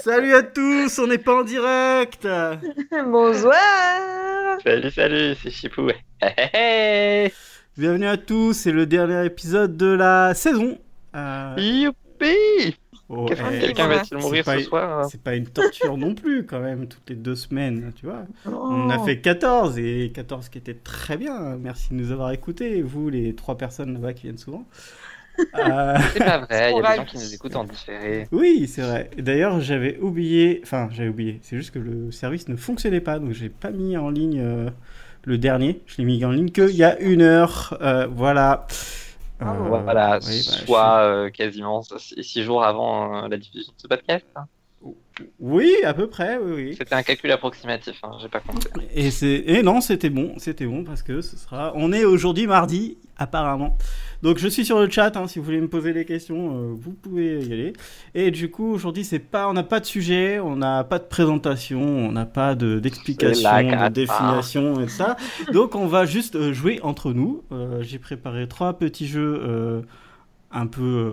Salut à tous, on n'est pas en direct Bonsoir Salut, salut, c'est Chipou. Hey, Bienvenue à tous, c'est le dernier épisode de la saison. Euh, hey, hey. Youpi oh, Qu'est-ce que- eh, Quelqu'un voilà. va-t-il mourir C'est ce pas- soir hein c'est pas une torture non plus quand même, toutes les deux semaines, tu vois. On a Oh. fait 14 et 14 qui était très bien. Merci de nous avoir écoutés, vous les trois personnes là-bas qui viennent souvent. Euh, C'est pas vrai, il y a des Ravi. gens qui nous écoutent en différé. oui, c'est vrai. D'ailleurs, j'avais oublié, enfin j'avais oublié, c'est juste que le service ne fonctionnait pas, donc j'ai pas mis en ligne euh, le dernier. Je l'ai mis en ligne qu'il y a une heure. Euh, voilà. Euh, Ah, voilà, oui, bah, je soit euh, quasiment 6 jours avant euh, la diffusion de ce podcast. hein. suis- Oui, à peu près, oui, oui. C'était un calcul approximatif, hein, j'ai pas compté. Et, c'est... et non, c'était bon, c'était bon parce que ce sera. On est aujourd'hui mardi, apparemment. Donc je suis sur le chat, hein, si vous voulez me poser des questions, euh, vous pouvez y aller. Et du coup, aujourd'hui, c'est pas... on n'a pas de sujet, on n'a pas de présentation, on n'a pas de... d'explication, C'est la de cata. définition et tout ça. Donc on va juste euh, jouer entre nous. Euh, j'ai préparé trois petits jeux euh, un peu. euh,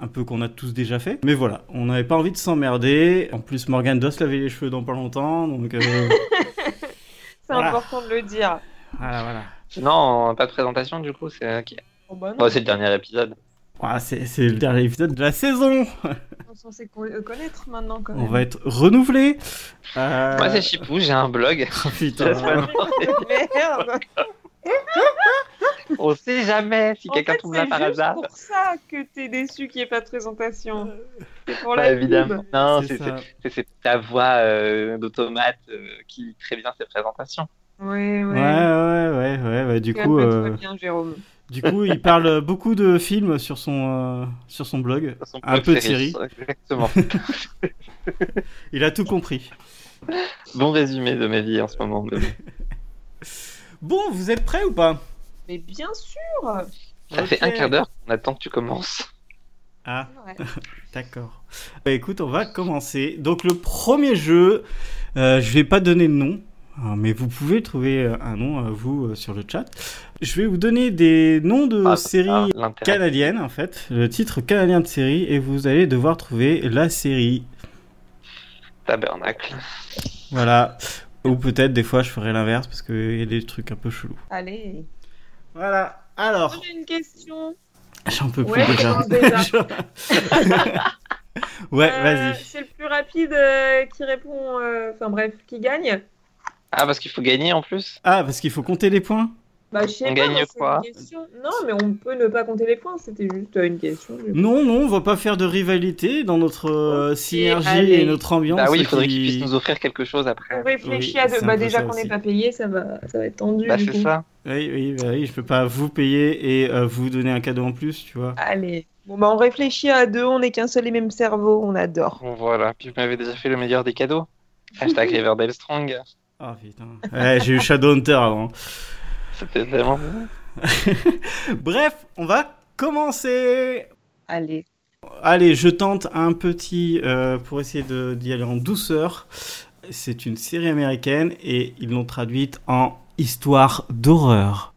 un peu qu'on a tous déjà fait. Mais voilà, on n'avait pas envie de s'emmerder. En plus, Morgane doit se laver les cheveux dans pas longtemps, donc... euh, C'est Voilà. important de le dire. Voilà, voilà. Sinon, euh, pas de présentation du coup, c'est ok. Oh bah non, Bon, c'est le dernier épisode. Voilà, Ah, c'est c'est le dernier épisode de la saison. on est censé con- euh, connaître maintenant quand même. On va être renouvelé. Euh, Moi, c'est Chipou, j'ai un blog. oh, Je laisse putain. pas demander. Merde On sait jamais si En quelqu'un fait, tombe là c'est par juste hasard. pour ça que t'es déçu qu'il n'y ait pas de présentation. C'est pour la Pas Bah, évidemment. pub. Non, C'est c'est ça. c'est- c'est ta voix euh, d'automate euh, qui très bien ses présentations. Ouais, ouais. Ouais, ouais, ouais, ouais. ouais, Du coup, Calme-toi euh, bien, Jérôme. du coup, il parle beaucoup de films sur son, euh, sur son blog. Son Un blog peu de série. Exactement. Il a tout compris. bon résumé de ma vie en ce moment. mais bon. Bon, vous êtes prêts ou pas Mais bien sûr Ça Ok. fait un quart d'heure qu'on attend que tu commences. Ah, ouais. d'accord. Bah, écoute, on va commencer. Donc, le premier jeu, euh, je vais pas donner de nom. hein, Mais vous pouvez trouver euh, un nom, euh, vous, euh, sur le chat. Je vais vous donner des noms de Ah, séries ah, l'intérêt. canadienne en fait, le titre canadien de série et vous allez devoir trouver la série. Tabernacle. Voilà. Ou peut-être des fois je ferai l'inverse parce qu'il y a des trucs un peu chelous. Allez. Voilà. Moi, Alors, J'ai une question. j'en peux plus Ouais, déjà. commence déjà. ouais, Euh, vas-y. C'est le plus rapide euh, qui répond, euh, enfin bref, qui gagne. Ah, parce qu'il faut gagner en plus Ah, parce qu'il faut compter les points Bah, je sais On pas, gagne moi, c'est quoi une question. Non, mais on peut ne pas compter les points, c'était juste euh, une question. du coup. Non, non, on va pas faire de rivalité dans notre euh, synergie allez. et notre ambiance. Bah oui, il faudrait qui- qu'il puisse nous offrir quelque chose après. On réfléchit Oui, à c'est deux. un Bah, peu déjà ça qu'on aussi. n'est pas payé, ça va, ça va être tendu. Bah du c'est coup. ça. Oui, oui, bah oui, je peux pas vous payer et euh, vous donner un cadeau en plus, tu vois. Allez. Bon, bah, on réfléchit à deux, on n'est qu'un seul et même cerveau, on adore. Bon voilà, puis vous m'avez déjà fait le meilleur des cadeaux. Hashtag Riverdale Strong. Ah putain. Ouais, j'ai eu Shadowhunter avant. C'était tellement bon. Bref, on va commencer. Allez. Allez, je tente un petit euh, pour essayer de- d'y aller en douceur. C'est une série américaine et ils l'ont traduite en histoire d'horreur.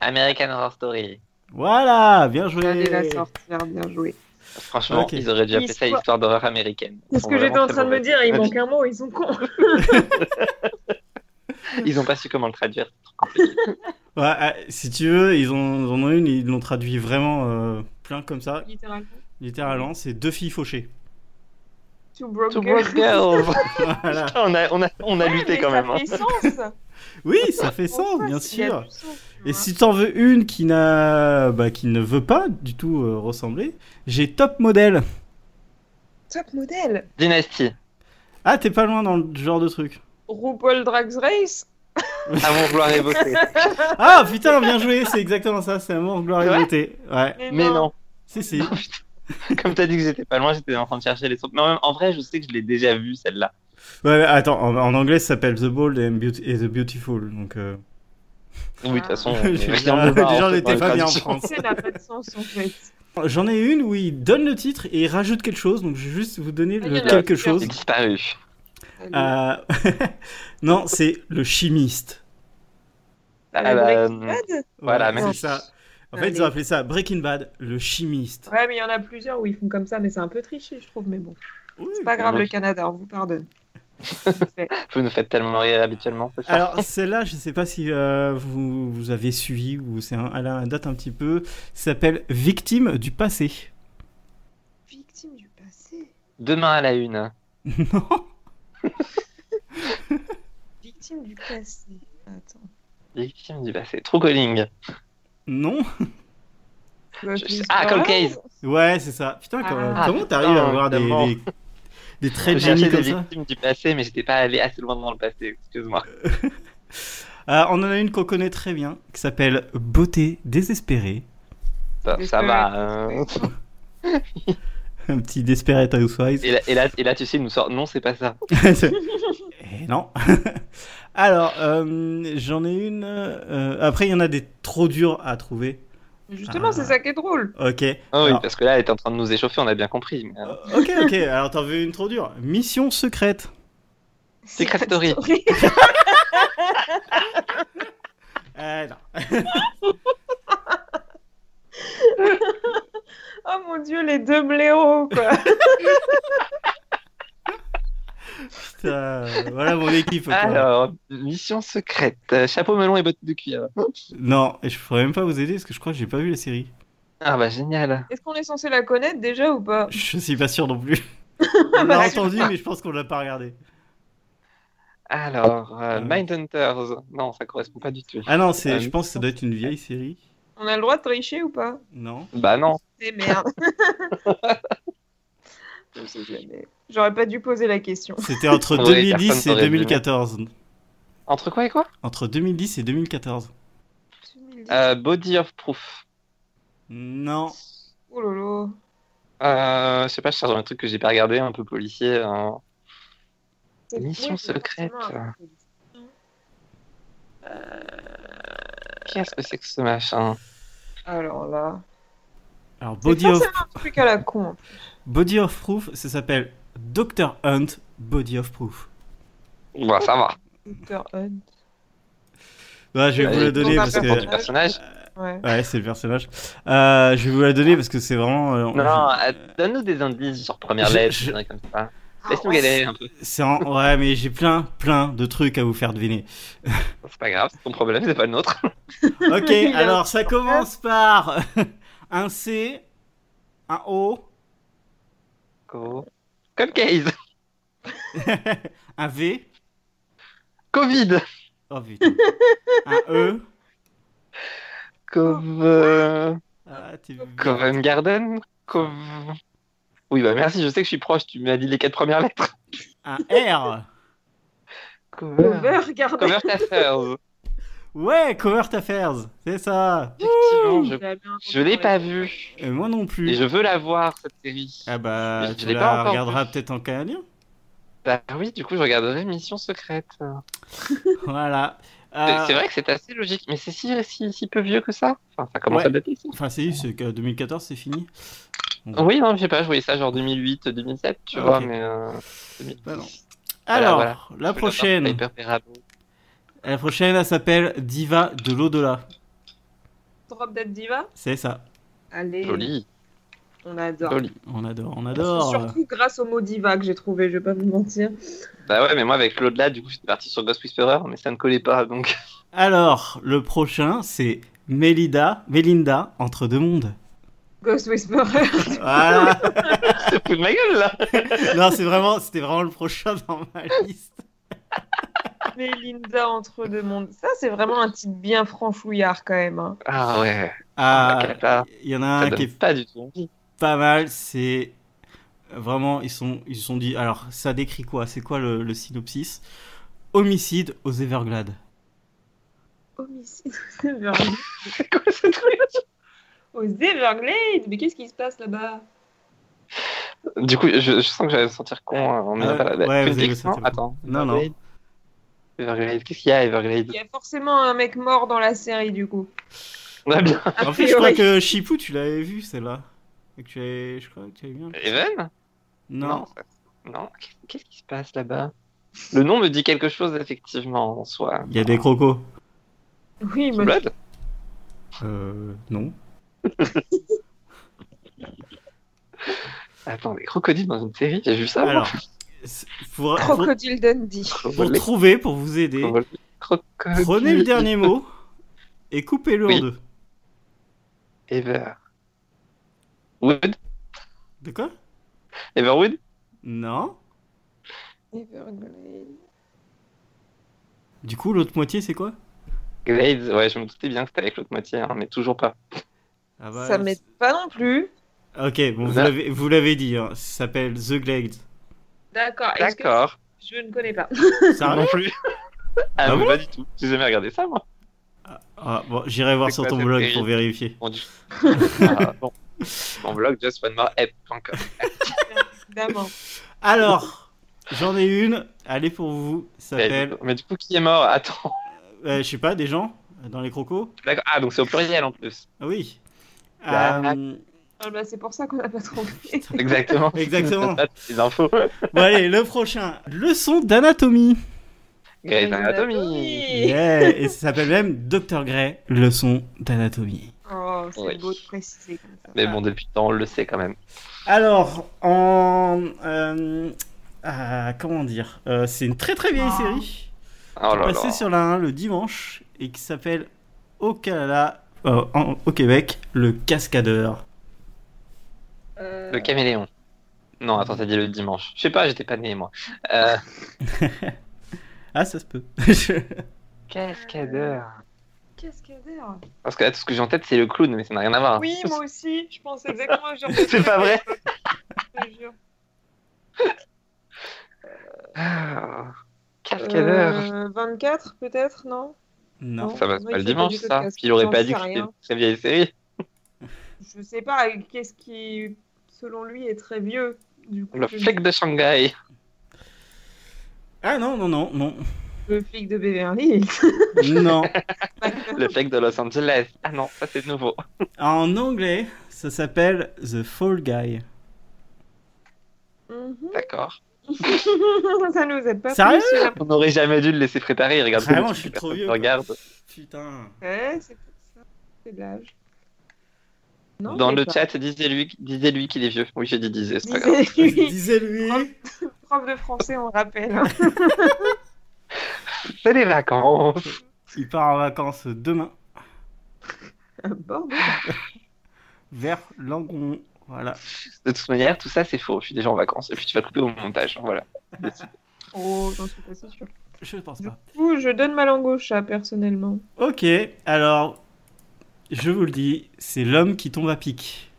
American Horror Story. Voilà, bien joué. Allez, la sortir, bien joué. Franchement, Ok. ils auraient déjà fait ça Histoire- histoire d'horreur américaine. Ils C'est ce sont que j'étais vraiment en très train de me mauvais. dire, il manque un mot, ils sont cons. Ils ont pas su comment le traduire. Ouais, ah, si tu veux, ils ont, ils en ont une, ils l'ont traduit vraiment euh, plein comme ça, Littéralement. littéralement. C'est deux filles fauchées. Two broke Two girls. Broke Girls. Voilà. Putain, on a, on a, on a Ouais, lutté mais quand même. hein. Ça fait sens. Oui, ça fait En sens, bien fait, il y a sûr. du sens, hein. tu Et vois. si t'en veux une qui n'a, bah, qui ne veut pas du tout euh, ressembler, j'ai Top Model. Top modèle. Dynasty. Ah, t'es pas loin dans le genre de truc. RuPaul Drag Race. Amour, gloire et beauté. Ah putain, bien joué, c'est exactement ça, c'est Amour, gloire et Ouais. beauté. Ouais, Mais non. si, si. Comme t'as dit que j'étais pas loin, j'étais en train de chercher les sons. Mais en, même- en vrai, je sais que je l'ai déjà vu celle-là. Ouais, mais attends, en, en anglais ça s'appelle The Bold and, Beaut- et The Beautiful, donc. Euh... Ah. Oui, de toute façon. on- déjà, on en parle, déjà, on on fait n'était dans pas les bien en traductions. France. Ça n'a pas de sens en fait. J'en ai une où il donne le titre et il rajoute quelque chose, donc je vais juste vous donner Ah, le il y en a quelque plusieurs. chose. J'ai disparu. Allez. Euh, non, c'est le chimiste. Ah, Euh, bah, Breaking euh, Bad voilà, Ouais, merci. c'est ça. En fait, ils ont appelé ça Breaking Bad, le chimiste. Ouais, mais il y en a plusieurs où ils font comme ça, mais c'est un peu triché, je trouve. Mais bon. C'est pas grave, le Canada, on vous pardonne. Vous nous faites tellement rire habituellement. c'est ça Alors, celle-là, je ne sais pas si euh, vous, vous avez suivi ou c'est un- elle a- date un petit peu. Ça s'appelle Victime du passé. Victime du passé. Demain à la une. Non, Victime du passé. Attends. Victime du passé. True Calling. non. Bah, Je- Ah, Cold Case. Ouais, c'est ça. Putain, comment, Ah, comment t'arrives à putain, avoir des, évidemment. des, des traits Je de génie cherchais des comme ça victimes du passé, mais j'étais pas allé assez loin dans le passé. Excuse-moi. Euh, On en a une qu'on connaît très bien qui s'appelle Beauté désespérée. Ça, ça va. euh. Un petit Desperate Housewives. Et, là, et, là, et là, tu sais, il nous sort. Non, c'est pas ça. Et Eh non. Alors, euh, j'en ai une. euh, après, il y en a des trop durs à trouver. Justement, Ah. c'est ça qui est drôle. Ok. Ah oui, Alors- parce que là, elle était en train de nous échauffer, on a bien compris. mais, euh, Euh, ok, ok. Alors, t'en veux une trop dure. Mission secrète. Secret Story. Euh, non. Oh mon dieu, les deux blaireaux, quoi. Putain, voilà mon équipe. quoi. Alors, mission secrète. Euh, chapeau melon et bottes de cuir. Non, et je pourrais même pas vous aider parce que je crois que j'ai pas vu la série. Ah bah génial. Est-ce qu'on est censé la connaître déjà ou pas Je suis pas sûr non plus. On l'a Bah, entendu, mais je pense qu'on l'a pas regardé. Alors, euh, Euh. Mindhunters. Non, ça correspond pas du tout. Ah non, c'est. Euh, Je pense que ça doit être une vieille série. On a le droit de tricher ou pas Non. Bah non. Eh merde. J'aurais pas dû poser la question. C'était entre Ouais, 2010 personne et t'aurait aimé. 2014. Entre quoi et quoi Entre 2010 et 2014. Euh, Body of Proof. Non. Oh lolo. Euh, je sais pas, je cherche un truc que j'ai pas regardé, un peu policier. hein. Mission secrète. Qu'est-ce que c'est que ce machin Alors là. Alors, Body Body of, un truc à la con. hein. Body of Proof, ça s'appelle Dr. Hunt, Body of Proof. Bon, ça va. Dr. Hunt. Ouais, je vais Ouais, vous la j'ai donner pas parce compris. que. Du personnage Ouais. Ouais, c'est le personnage. Euh, je vais vous la donner parce que c'est vraiment. euh, Non, non, euh, donne-nous des indices, genre première Je- lettre, je- des trucs comme ça. Laisse-nous galérer un peu. c'est en- Ouais, mais j'ai plein, plein de trucs à vous faire deviner. C'est pas grave, c'est ton problème, c'est pas le nôtre. Ok, Il a- alors ça commence par un C, un O, Co- Comme case. un V, Covid. oh putain, un E. Cove. euh, Ah, t'es- Covent Garden. Cove. Oui, bah merci, je sais que je suis proche, tu m'as dit les quatre premières lettres. Un R. Cover. regardez. Cover Affairs. Ouais, Covert Affairs, c'est ça. Effectivement, je, je l'ai pas vu. Et moi non Et plus. je veux la voir, cette série. Ah Je- bah, je tu l'ai pas la encore regarderas vu. peut-être en canadien. Bah oui, du coup, je regarderai Mission Secrète. Voilà. C'est- Euh, C'est vrai que c'est assez logique, mais c'est si, si, si peu vieux que ça. Enfin, ça commence Ouais. à dater, ça. Euh, Enfin, si, c'est que 2014, c'est fini. Oui, non, je sais pas, je voyais ça genre 2008, 2007, tu Ah, vois, ok. mais. euh, 2010. Bah non. Voilà, Alors, voilà. la Je vais leur prochaine, faire Piper Perabo. la prochaine, elle s'appelle Diva de l'au-delà. Drop Dead Diva. C'est ça. Allez. Joli, On adore. joli. On adore, on C'est adore. surtout grâce au mot diva que j'ai trouvé, je vais pas vous mentir. Bah ouais, mais moi avec Claude là, du coup, j'étais parti sur Ghost Whisperer, mais ça ne collait pas, donc. Alors, le prochain, c'est Melida, Melinda, entre deux mondes. Ghost Whisperer. Voilà. Ça fout de ma gueule là non, c'est vraiment, c'était vraiment le prochain dans ma liste. Mais Linda entre deux mondes. Ça, c'est vraiment un titre bien franchouillard quand même. hein. Ah ouais, Ah, La cata. il y en a ça un donne qui est pas du tout envie. pas mal, c'est euh, vraiment ils sont ils se sont dit alors ça décrit quoi C'est quoi le, le synopsis Homicide aux Everglades. Homicide aux Everglades. C'est quoi ce truc Aux Everglades Mais qu'est-ce qui se passe là-bas Du coup, je, je sens que j'allais me sentir con, hein, on est Ah Ouais, pas là. ouais, vous allez vous Phoenix, non sentir con. Attends. Non, non. Everglade. Everglade, qu'est-ce qu'il y a, Everglade Il y a forcément un mec mort dans la série du coup. On a bien. En fait, je crois que Chipou tu l'avais vu celle-là. Et que tu avais- je crois que tu avais bien. Even Non. ça- Euh, Non, qu'est- qu'est-ce qui se passe là-bas Le nom me dit quelque chose, effectivement, en soi. Il y a des crocos. Oui, mais Blood Euh non. Attends, des crocodiles dans une série, j'ai vu ça. moi. Alors, c'est- pour, pour- Ah Crocodile Dundee. pour trouver, pour vous aider, Crocodile. prenez le dernier mot et coupez-le en Oui. deux. Ever. Wood De quoi Everwood Non. Everglades. Du coup, l'autre moitié, c'est quoi Glades, ouais, je me doutais bien que c'était avec l'autre moitié, hein, mais toujours pas. Ah bah, Ça m'aide pas non plus. Ok, bon, vous Là- l'avez- vous l'avez dit, hein, ça s'appelle The Glades. D'accord. Est-ce que D'accord. je ne connais pas Ça non plus. ah, Ah mais bon pas du tout. J'ai jamais regardé ça, moi. ah, bon, J'irai voir C'est sur quoi ton cette blog série pour vérifier. Mon dieu. Ah, bon. Mon blog, just one more app, encore. Évidemment. Alors, j'en ai une, allez pour vous, ça Mais, s'appelle, mais du coup, qui est mort Attends. euh, je sais pas, des gens dans les crocos D'accord. Ah, donc c'est au pluriel en plus. Ah Oui. Ah. Euh, Ah bah, c'est pour ça qu'on n'a pas trouvé. Exactement. Exactement. Ah, Les infos. bon, allez, le prochain. Leçon d'anatomie. Grey's Anatomy. Yeah, Et ça s'appelle même Dr. Grey, leçon d'anatomie. Oh, c'est Oui. beau de préciser comme ça. Mais bon, depuis le temps, on le sait quand même. Alors, en. euh, ah, comment dire Euh, C'est une très très vieille Ah. série Oh là passée là. sur la 1 le dimanche et qui s'appelle Au Canada, euh, en- au Québec, le cascadeur. Euh, Le caméléon. Non, attends, t'as dit le dimanche. Je sais pas, j'étais pas né, moi. Euh, Ah, ça se peut. Je- cascadeur. Cascadeur. Parce que là, tout ce que j'ai en tête, c'est le clown, mais ça n'a rien à voir. hein. Oui, moi aussi, je pense exactement à ce genre de C'est truc. pas vrai. Je te jure. Ah, Cascadeur. Euh, 24 peut-être, non non. Ça va, c'est Ouais, pas le c'est pas dimanche, du tout ça. le Puis il aurait casque, pas j'en dit que sais rien. c'était une très vieille série. Je sais pas, qu'est-ce qui, selon lui, est très vieux du coup, Le je- flic de Shanghai. Ah non, non, non, non. le flic de Beverly Hills. non. Le flic de Los Angeles. Ah non, ça c'est nouveau. En anglais, ça s'appelle The Fall Guy. Mhm. D'accord. ça nous aide pas. Sérieux plus, là. On n'aurait jamais dû le laisser préparer. Regarde. Ah, Vraiment, comme je suis personne trop ne vieux, quoi. Regarde. Putain. Ouais, c'est pour ça. C'est de l'âge. Non, Dans j'ai le pas. chat, disez-lui disez-lui qu'il est vieux. Oui, j'ai dit disait, c'est pas grave. Disait Disais-lui. prof de français, on rappelle. hein. C'est les vacances. Il part en vacances demain Bordel. vers Langon. Voilà. De toute manière, tout ça c'est faux. Je suis déjà en vacances. Et puis tu vas couper au montage. Voilà. Oh, j'en suis pas si sûre. Je ne pense Du pas. coup, je donne ma langue au chat, personnellement. Ok, alors, je vous le dis, c'est l'homme qui tombe à pic.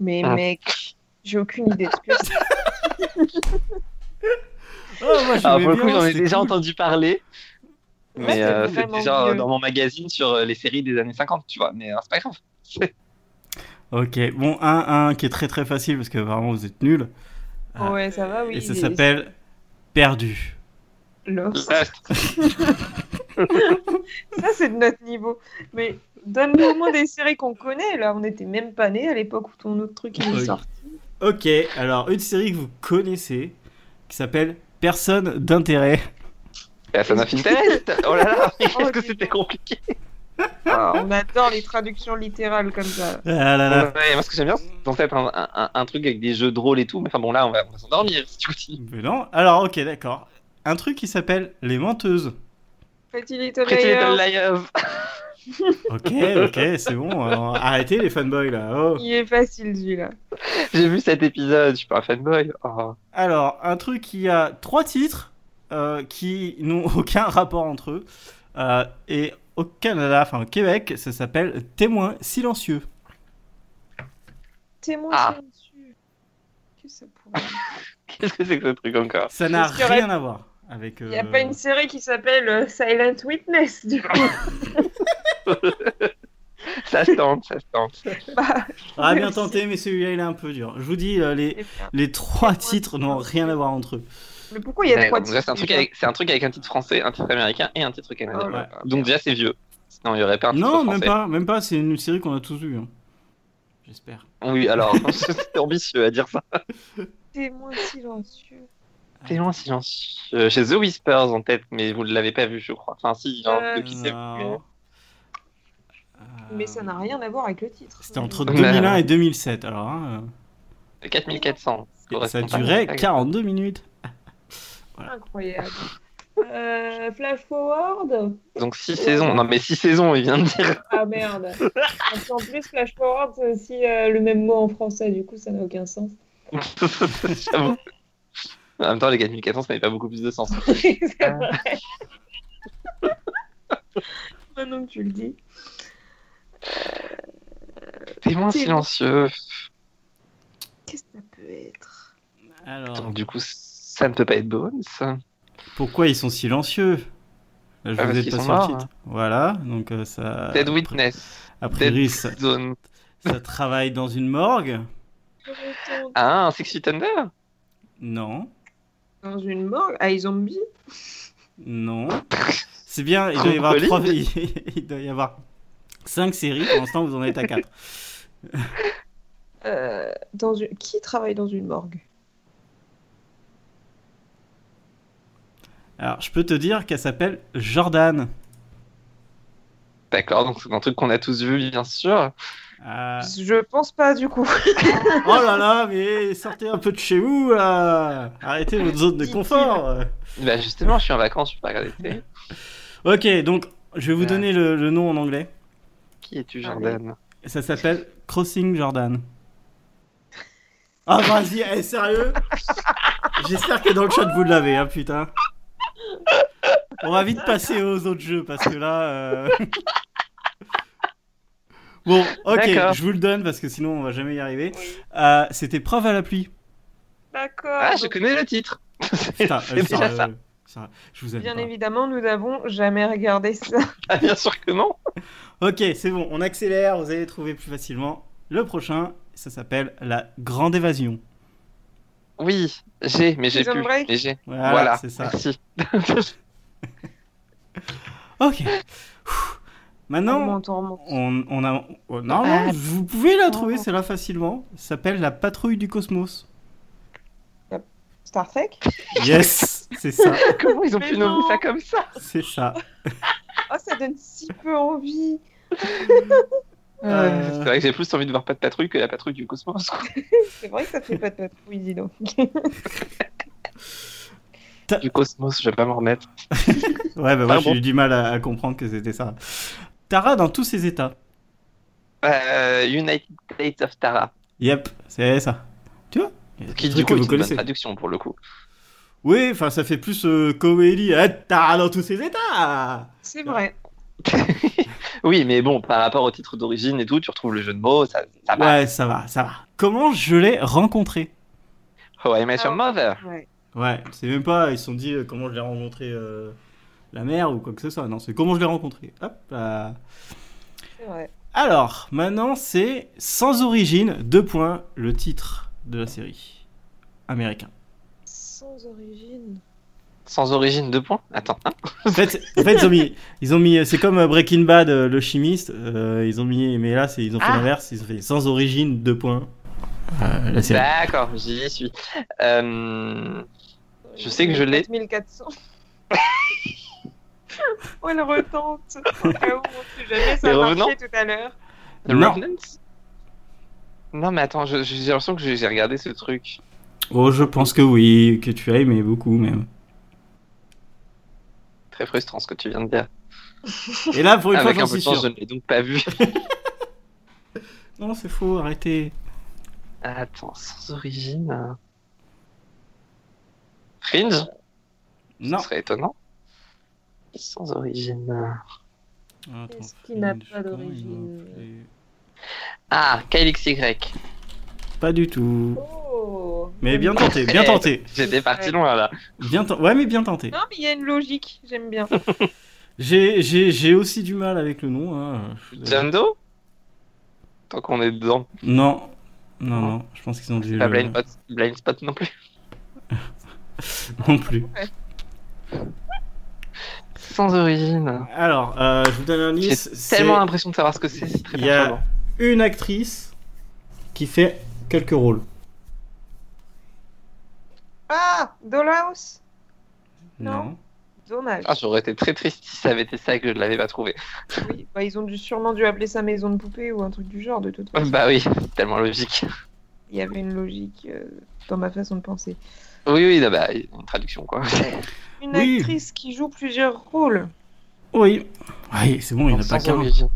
Mais Ah. mec, j'ai aucune idée de ce que c'est. Oh, moi, je Alors l'aimais Ah, pour le coup, bien, j'en ai c'était déjà cool. entendu parler. Mais Ouais, euh, c'est c'est vraiment déjà euh, vieux. dans mon magazine sur euh, les séries des années 50, tu vois. Mais euh, c'est pas grave. Ok, bon, un, un qui est très très facile parce que vraiment vous êtes nuls. Ah. Ouais, ça va, oui. et ça il est- s'appelle Perdu. Lost. Lost. Ça, c'est de notre niveau. Mais donne-nous au moins des séries qu'on connaît. Là, on n'était même pas nés à l'époque où ton autre truc il est Oui. sorti. Ok, alors, une série que vous connaissez qui s'appelle Personne d'intérêt. Personne of Interest Oh là là, mais Oh, qu'est-ce que dis c'était donc. compliqué Ah, on adore les traductions littérales comme ça. Ah là là. Ouais, Moi, ce que j'aime bien, c'est en fait un, un- un truc avec des jeux de rôle et tout, mais enfin bon, là, on va, on va s'endormir si tu continues. Mais non, alors, ok, d'accord. Un truc qui s'appelle Les menteuses. Pretty Little Pretty Liars, Little Liars Ok, ok, c'est bon. alors, arrêtez les fanboys là. oh. il est facile celui-là. J'ai vu cet épisode, je suis pas un fanboy. Oh. Alors, un truc qui a trois titres euh, qui n'ont aucun rapport entre eux. Euh, et au Canada, enfin au Québec, ça s'appelle Témoin silencieux. Témoin Ah. silencieux. Qu'est-ce que ça Euh, pourrait être Qu'est-ce que c'est que ce truc encore Ça n'a Est-ce qu'il y aurait- rien à voir avec. Il n'y a euh, pas une série qui s'appelle euh, Silent Witness, du coup. Ça se tente, ça se tente. Bah, Ah, bien tenté, mais celui-là, il est un peu dur. Je vous dis, euh, les, eh Ah. bien. les trois titres n'ont rien à voir entre eux. Mais pourquoi il y a Ouais, trois donc déjà, c'est un, truc déjà avec- c'est un truc avec un titre français, un titre américain et un titre canadien. Oh là Donc déjà, c'est vieux. Sinon, il y aurait pas un titre Non, français. même pas, même pas. C'est une série qu'on a tous vue. hein. J'espère. Oui, alors, c'est ambitieux à dire ça. Témoin silencieux. Témoin silencieux. Euh, J'ai The Whispers en tête, mais vous ne l'avez pas vu, je crois. Enfin, si, genre, Euh, de qui c'est. mais- Non. Mais ça n'a rien à voir avec le titre. Euh, C'était entre Ouais. 2001 et 2007, alors. hein, euh. 4400. Ça correspond pas à durait la blague. 42 minutes. Incroyable. Euh, flash forward. Donc 6 saisons. Non, mais 6 saisons, il vient de dire. Ah merde. Parce qu'en plus, flash forward, c'est aussi euh, le même mot en français, du coup, ça n'a aucun sens. J'avoue. Ah En même temps, les 4400, ça n'avait pas beaucoup plus de sens. c'est vrai. Maintenant que tu le dis. T'es moins C'est bon. silencieux. Qu'est-ce que ça peut être Alors, Donc, du coup, ça ne peut pas être bonus. Ah, pourquoi ils sont silencieux Là, Je Ah, vous parce ai qu'ils pas sont sorti. morts, hein. Voilà, donc euh, ça. Dead Witness. A priori, ça, Dead Zone. ça travaille dans une morgue Ah, un Six Feet Under Non, Dans une morgue Ah, ils zombie non. C'est bien, il doit y avoir Colline. trois. Il il doit y avoir 5 séries. Pour l'instant, vous en êtes à 4. euh, dans une... Qui travaille dans une morgue Alors, je peux te dire qu'elle s'appelle Jordan. D'accord, donc c'est un truc qu'on a tous vu, bien sûr. Ah. Je pense pas, du coup. Oh là là, mais sortez un peu de chez vous là Arrêtez votre zone de confort Bah, justement, je suis en vacances, je peux pas regarder la télé. Ok, donc je vais vous Ouais. donner le, le nom en anglais. Qui es-tu, Ah, Jordan Ça s'appelle Crossing Jordan. Ah vas-y, eh, sérieux J'espère que dans le chat vous l'avez, hein, putain. On va vite passer aux autres jeux parce que là. euh, bon, ok, D'accord. je vous le donne parce que sinon on va jamais y arriver. Euh, C'était preuve à la pluie. D'accord. Ah, je connais le titre C'est Putain, euh, c'est déjà ça, ça. euh, ça, je vous aime. Bien pas. évidemment, nous n'avons jamais regardé ça. Ah, bien sûr que non Ok, c'est bon, on accélère, vous allez trouver plus facilement. Le prochain, ça s'appelle La Grande Évasion. Oui, j'ai, mais j'ai Prison plus. Break Mais j'ai. Voilà, Voilà, Ah, c'est ça. merci. Ok. Ouh. Maintenant, Remonte, remonte. on, on a... oh, non, non, vous pouvez la trouver, c'est là facilement. Ça s'appelle La Patrouille du Cosmos. Star Trek Yes, c'est ça, Comment ils ont Mais pu nommer non. ça comme ça c'est ça. Ah, ça donne si peu envie. Euh, C'est vrai que j'ai plus envie de voir pas de patrouille que la patrouille du cosmos. quoi. C'est vrai que ça fait pas de patrouille, dis donc. Du cosmos, je vais pas m'en remettre. Ouais, bah moi Ah bon j'ai eu du mal à, à comprendre que c'était ça. Tara dans tous ses états. Euh, United States of Tara. Yep, c'est ça. Tu vois Qui Truc du que vous coup est une bonne connaissez. traduction pour le coup. Oui, enfin ça fait plus euh, Coeli, hein, Tara dans tous ses états C'est vrai. Oui, mais bon, par rapport au titre d'origine et tout, tu retrouves le jeu de mots, ça, ça va. Ouais, ça va, ça va. Comment je l'ai rencontré Oh, I met your mother. Ouais. Ouais, c'est même pas, ils se sont dit euh, comment je l'ai rencontré euh, la mère ou quoi que ce soit. Non, c'est comment je l'ai rencontré. Hop là. C'est vrai. Alors, maintenant c'est Sans origine, deux points, le titre de la série. Américain. Sans origine. Sans origine de points Attends, hein En fait, en fait, ils ont mis, ils ont mis, c'est comme euh, Breaking Bad, euh, le chimiste. euh, ils ont mis, mais là, c'est, ils ont fait Ah. l'inverse. Ils ont fait sans origine, deux points. Euh, la série. D'accord, j'y suis. Euh, Je sais que je l'ai. 1400. oh, elle retente. Au cas où, on sait jamais, ça Les a revenants marché tout à l'heure. The Non. Revenants Non, mais attends, je- je- j'ai l'impression que j'ai j'ai regardé ce truc. Oh, je pense que oui, que tu as aimé beaucoup même. Très frustrant ce que tu viens de dire. Et là, pour Oh, une fois, Avec j'en un suis peu de chance, sûr. je ne l'ai donc pas vu. Non, c'est faux, arrêtez. Attends, sans origine. euh. Fringe Non. Ce serait étonnant. Sans origine. euh. Qu'est-ce qui n'a pas d'origine Ah, KLXY. Pas du tout. Oh. Mais bien tenté, bien tenté. J'étais parti loin là. Bien ten- Ouais, mais bien tenté. Non, mais il y a une logique, j'aime bien. J'ai- J'ai j'ai aussi du mal avec le nom. hein, je vous avoue. John Doe Tant qu'on est dedans. Non. Non, non, je pense qu'ils ont dû. Pas le- blind, spot, blind Spot non plus. Non plus. Sans origine. Alors, euh, je vous donne un J'ai indice. c'est tellement l'impression de savoir ce que c'est. C'est très Il y a- perturbant. une actrice qui fait quelques rôles. Ah, Dollhouse Non. Dommage. Ah, j'aurais été très triste si ça avait été ça et que je ne l'avais pas trouvé. Oui, bah, ils ont dû, sûrement dû appeler ça maison de poupée ou un truc du genre, de toute façon. Bah oui, c'est tellement logique. il y avait une logique euh, dans ma façon de penser. Oui, oui, non, bah, une traduction, quoi. Une Oui. actrice qui joue plusieurs rôles. Oui. Ah, Oui, c'est bon, il n'y en a pas Sans qu'un. origine.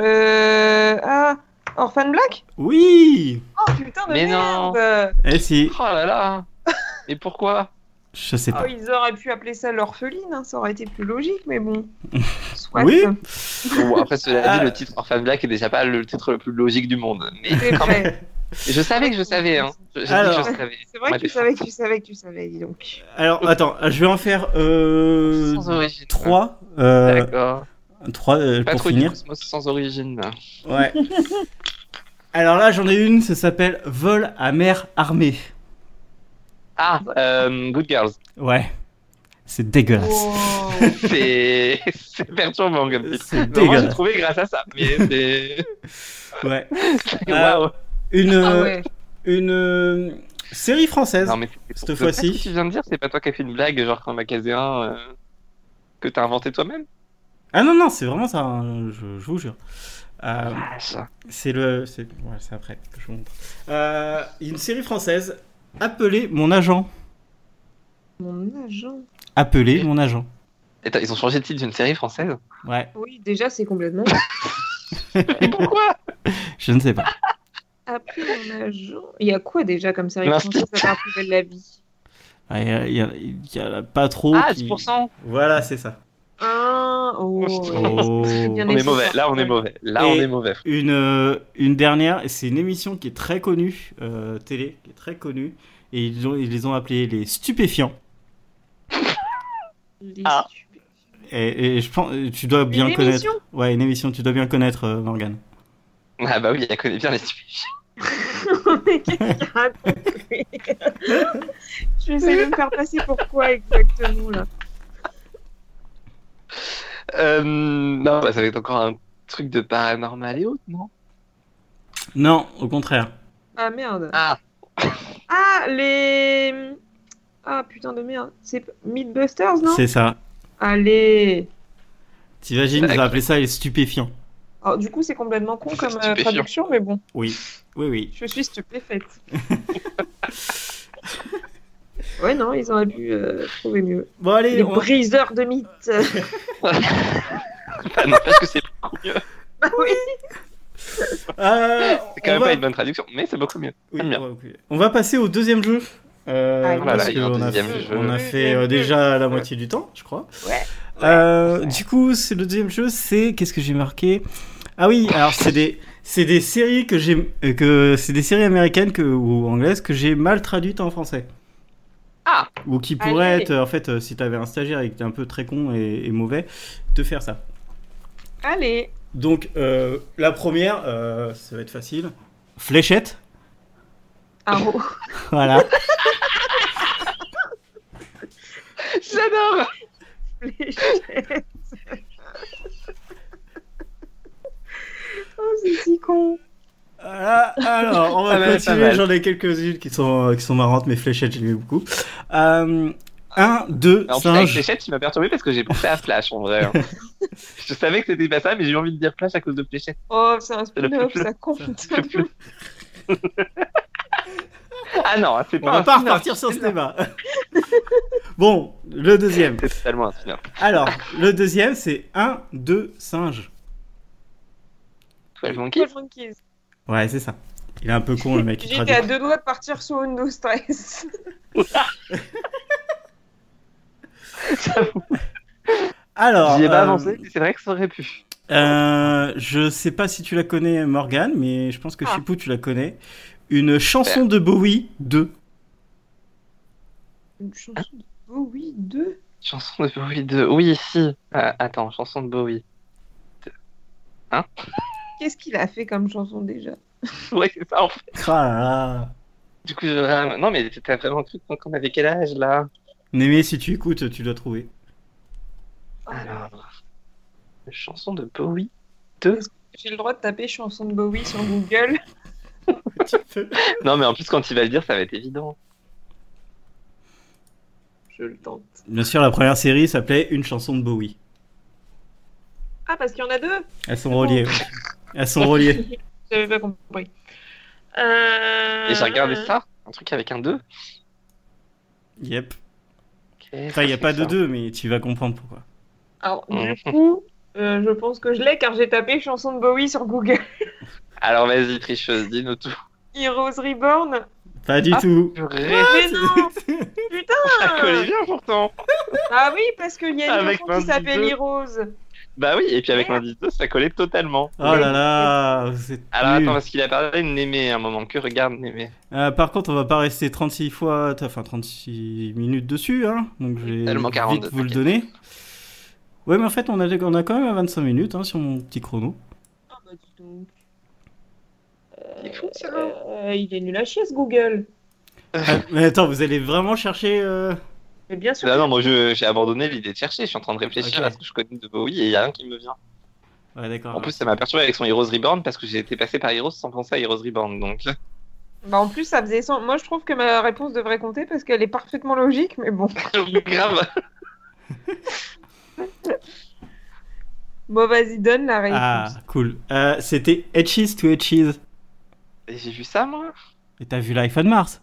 Euh... Ah, Orphan Black Oui Oh putain de Mais non. merde Eh si, Oh là là Mais pourquoi je sais pas. Oh, Ils auraient pu appeler ça l'orpheline, hein, ça aurait été plus logique, mais bon. Soit. Oui. Bon, Après, cela Ah. dit, le titre Orphan Black est déjà pas le titre le plus logique du monde. Mais C'est quand même, vrai, je savais que je savais. Hein. Je, j'ai dit que Alors. je savais. C'est vrai que tu Malgré- savais que tu savais que tu savais, dis donc. Alors, attends, je vais en faire euh, Sans origine. 3. Euh, D'accord. 3 euh, pour Patrouille du finir. cosmos sans origine. Ouais. Alors là, j'en ai une, ça s'appelle Vol à mer armée. Ah, euh, Good Girls. Ouais. C'est dégueulasse. Oh. Wow. C'est c'est perturbant comme titre. C'est Mais Moi, j'ai dégueulasse. trouvé grâce à ça. Mais c'est. Ouais. Ah. Waouh. Une, Ah euh, ouais. une euh, série française. Non, mais c'est- c'est- Cette le fois-ci. fait que Tu viens de dire, c'est pas toi qui as fait une blague, genre quand on a casé un. euh, Que t'as inventé toi-même Ah non, non, c'est vraiment ça, hein, je, je vous jure. Euh, ça. c'est le. C'est ouais, c'est après que je vous montre. Euh, une série française appelée Mon Agent. Mon agent. Appelée Mon Agent. Et t'as- ils ont changé de titre d'une série française Ouais, Oui, déjà, c'est complètement. Et pourquoi je ne sais pas. Après mon agent. Il y a quoi déjà comme série L'instinct. française à part plus belle la vie Il y a- il y, a- il y a pas trop. Ah, qui- 10% Voilà, c'est ça. Hein Oh. Oh. Bien On est laissé mauvais, là on est sortir. mauvais, là on Et- est mauvais. Une, euh, une dernière, et c'est une émission qui est très connue, euh, télé, qui est très connue, et ils, ont- ils les ont appelés les stupéfiants. Les Ah. stupides. Et, et je pense, euh, tu dois bien Une connaître. émission Ouais, une émission, tu dois bien connaître, euh, Morgane. Ah bah oui, elle connaît bien les stupides. Mais qu'est-ce qu'il raconte Je vais essayer de me faire passer pour quoi exactement là Euh, non, bah ça va être encore un truc de paranormal et autres, non Non, au contraire. Ah merde. Ah, Ah, les. Ah putain de merde. C'est Mythbusters, non C'est ça. Allez. T'imagines, ils ont appelé ça les stupéfiants. Alors, du coup, c'est complètement con comme euh, Stupéfiant. traduction, mais bon, Oui, oui, oui. je suis stupéfaite. ouais, non, ils auraient pu euh, trouver mieux. Bon, allez, Les on- briseurs de mythes. bah non, parce que c'est beaucoup mieux. bah oui. euh, C'est quand même on va... pas une bonne traduction, mais c'est beaucoup mieux. oui, J'aime bien. ouais, ok. On va passer au deuxième jeu. Euh, Allez. parce Voilà, Ah, il y a un qu'on a deuxième fait- jeu. on a fait euh, déjà la moitié du temps, je crois. Ouais, ouais. Euh, du coup, c'est le deuxième jeu, c'est qu'est-ce que j'ai marqué Ah oui, alors c'est des c'est des séries que j'ai euh, que c'est des séries américaines que ou anglaises que j'ai mal traduites en français. Ah. Ou qui pourraient Allez. être en fait euh, si t'avais un stagiaire et que t'es un peu très con et, et mauvais, de faire ça. Allez. Donc euh, la première, euh, ça va être facile. Fléchette, Arrow. voilà. J'adore Fléchette. oh, c'est si con. Voilà, alors, on va Ah, bah, Pas mal, pas continuer. mal. J'en ai quelques-unes qui sont, euh, qui sont marrantes, mais fléchettes, j'aime beaucoup. 1, 2, En plus, avec singe. Fléchette, tu m'as perturbé parce que j'ai pensé à Flash en vrai. hein. je savais que c'était pas ça, mais j'ai eu envie de dire Flash à cause de Fléchette. Oh, c'est un spin-off, le- ça compte. Ah non, c'est On pas va un pas spin-off, repartir sur ce débat. bon, le deuxième. C'est totalement un spin-off. Alors, le deuxième, c'est 1, 2, singe. Twelve Monkeys Twelve Monkeys. Ouais, c'est ça. Il est un peu con, le mec. il J'étais traduit. à deux doigts de partir sur Windows 13. Alors, J'y ai pas euh, avancé, mais eh ben, c'est vrai que ça aurait pu. euh, je sais pas si tu la connais, Morgane, mais je pense que Ah. Chipou, tu la connais. Une chanson de Bowie 2. Une chanson de Bowie 2 Chanson de Bowie 2. Oui, si. Euh, attends, chanson de Bowie. Qu'est-ce qu'il a fait comme chanson déjà Ouais, c'est ça en fait. Ah là là. Du coup, je... non, mais t'as vraiment cru qu'on qu'on avait quel âge là Némé, si tu écoutes, tu dois trouver. Alors. Chanson de Bowie 2. J'ai le droit de taper chanson de Bowie sur Google. Tu peux. Non, mais en plus, quand il va le dire, ça va être évident. Je le tente. Bien sûr, la première série s'appelait Une chanson de Bowie. Ah, parce qu'il y en a deux Elles sont reliées. ouais. Elles sont reliées. J'avais pas compris. Euh... Et j'ai regardé ça, un truc avec un 2. Yep. Eh, Enfin, il n'y a pas de 2, mais tu vas comprendre pourquoi. Alors, Mhm. du coup, euh, je pense que je l'ai car j'ai tapé chanson de Bowie sur Google. Alors vas-y, tricheuse, dis-nous tout. Heroes Reborn. Pas du Ah, tout. Purée, Mais Ah, non Putain ça collait bien pourtant. Ah oui, parce qu'il y a une Avec chanson qui s'appelle 22. Heroes. Bah oui, et puis avec l'indice 2, ça collait totalement. Oh là là, vous êtes Alors nuls. attends, parce qu'il a parlé de Némé à un moment. Que regarde Némé Euh, par contre, on va pas rester 36 fois, t- enfin 36 minutes dessus, hein, donc je vais Tellement 42, vite vous le t'inquiète. donner. Ouais, mais en fait, on a, on a quand même à 25 minutes hein, sur mon petit chrono. Ah bah dis donc. Il est fou, ça. Euh, il est nul à chier ce Google. Ah, mais attends, vous allez vraiment chercher. euh, Mais bien sûr. Ah non, moi je- j'ai abandonné l'idée de chercher. Je suis en train de réfléchir Ok. à ce que je connais de Bowie et il y a rien qui me vient. Ouais, d'accord. En plus, ça m'a perturbé avec son Heroes Reborn parce que j'ai été passé par Heroes sans penser à Heroes Reborn. Donc, Bah en plus, ça faisait sens. Moi, je trouve que ma réponse devrait compter parce qu'elle est parfaitement logique, mais bon. grave. Bon, vas-y, donne la réponse. Ah, cool. Euh, C'était Etches to Etches. Et j'ai vu ça moi Et t'as vu l'iPhone Mars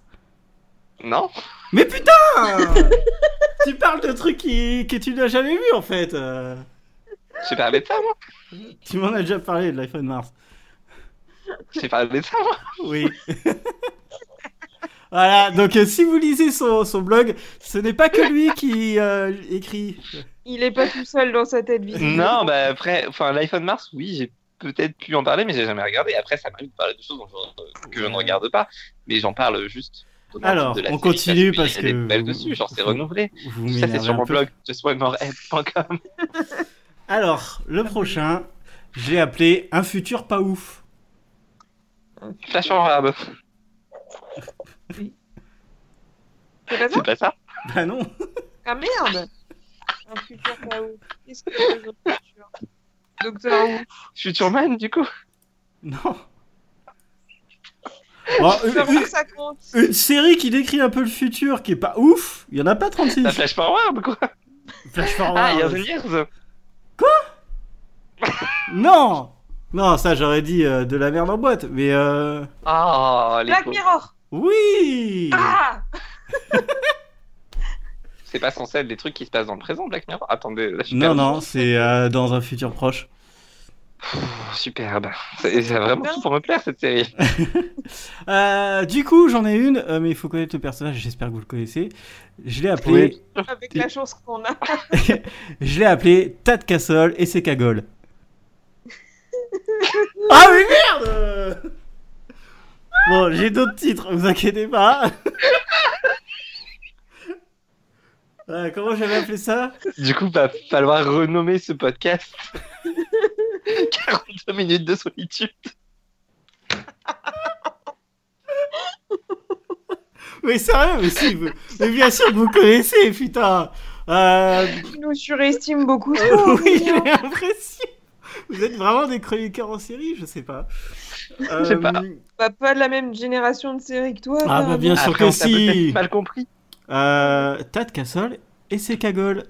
Non Mais putain Tu parles de trucs qui, que tu n'as jamais vu en fait. euh. J'ai parlé de ça moi Tu m'en as déjà parlé de l'iPhone Mars. J'ai parlé de ça moi Oui. voilà, donc euh, si vous lisez son, son blog, ce n'est pas que lui qui euh, écrit. Il est pas tout seul dans sa tête vide. Non, bah après, enfin l'iPhone Mars, oui, j'ai peut-être pu en parler, mais j'ai jamais regardé. Après, ça m'arrive de parler de choses dont je- que je ne regarde pas, mais j'en parle juste. au nom Alors, de la on série, continue parce parce qu'il y a des que- nouvelles dessus, genre c'est renouvelé. Vous Ça, c'est m'énervez sur un mon peu. blog, justmorehead.com. Alors, le prochain, j'ai appelé Un futur pas ouf. Flash forward, C'est pas ça c'est pas ça Bah non. Ah merde Un futur chaos. Qu'est-ce que c'est un futur Docteur Who. Future Man, du coup Non. Bon, une, Comment ça compte une- une série qui décrit un peu le futur qui est pas ouf, il y en a pas 36. La Flash Forward, quoi Flash forward. Ah, Years and Years non Non, ça j'aurais dit euh, de la merde en boîte, mais euh... Oh, les Black pauvres. Mirror Oui Ah C'est pas censé être des trucs qui se passent dans le présent, Black Mirror Attendez, là, je suis Non, perdu. non, c'est euh, dans un futur proche. Pff, Superbe. C'est ça a vraiment tout pour me plaire, cette série. Euh, du coup, j'en ai une, euh, mais il faut connaître le personnage, j'espère que vous le connaissez. Je l'ai appelé, Avec la chance qu'on a. je l'ai appelé Tad Castle et ses cagoles. ah oui, merde Bon, j'ai d'autres titres, vous inquiétez pas. Euh, comment j'avais appelé ça Du coup, va falloir renommer ce podcast 42 minutes de solitude. Mais sérieux, mais si, vous- mais bien sûr que vous connaissez, putain euh, Tu nous surestimes beaucoup trop. Oui, j'ai Julien. l'impression. Vous êtes vraiment des chroniqueurs en série, je sais pas. Je sais pas. Bah, pas de la même génération de séries que toi. Ah, bah, apparemment. bien sûr Après, que on t'a peut-être si. mal compris. Euh, Tad Castle et ses cagoles.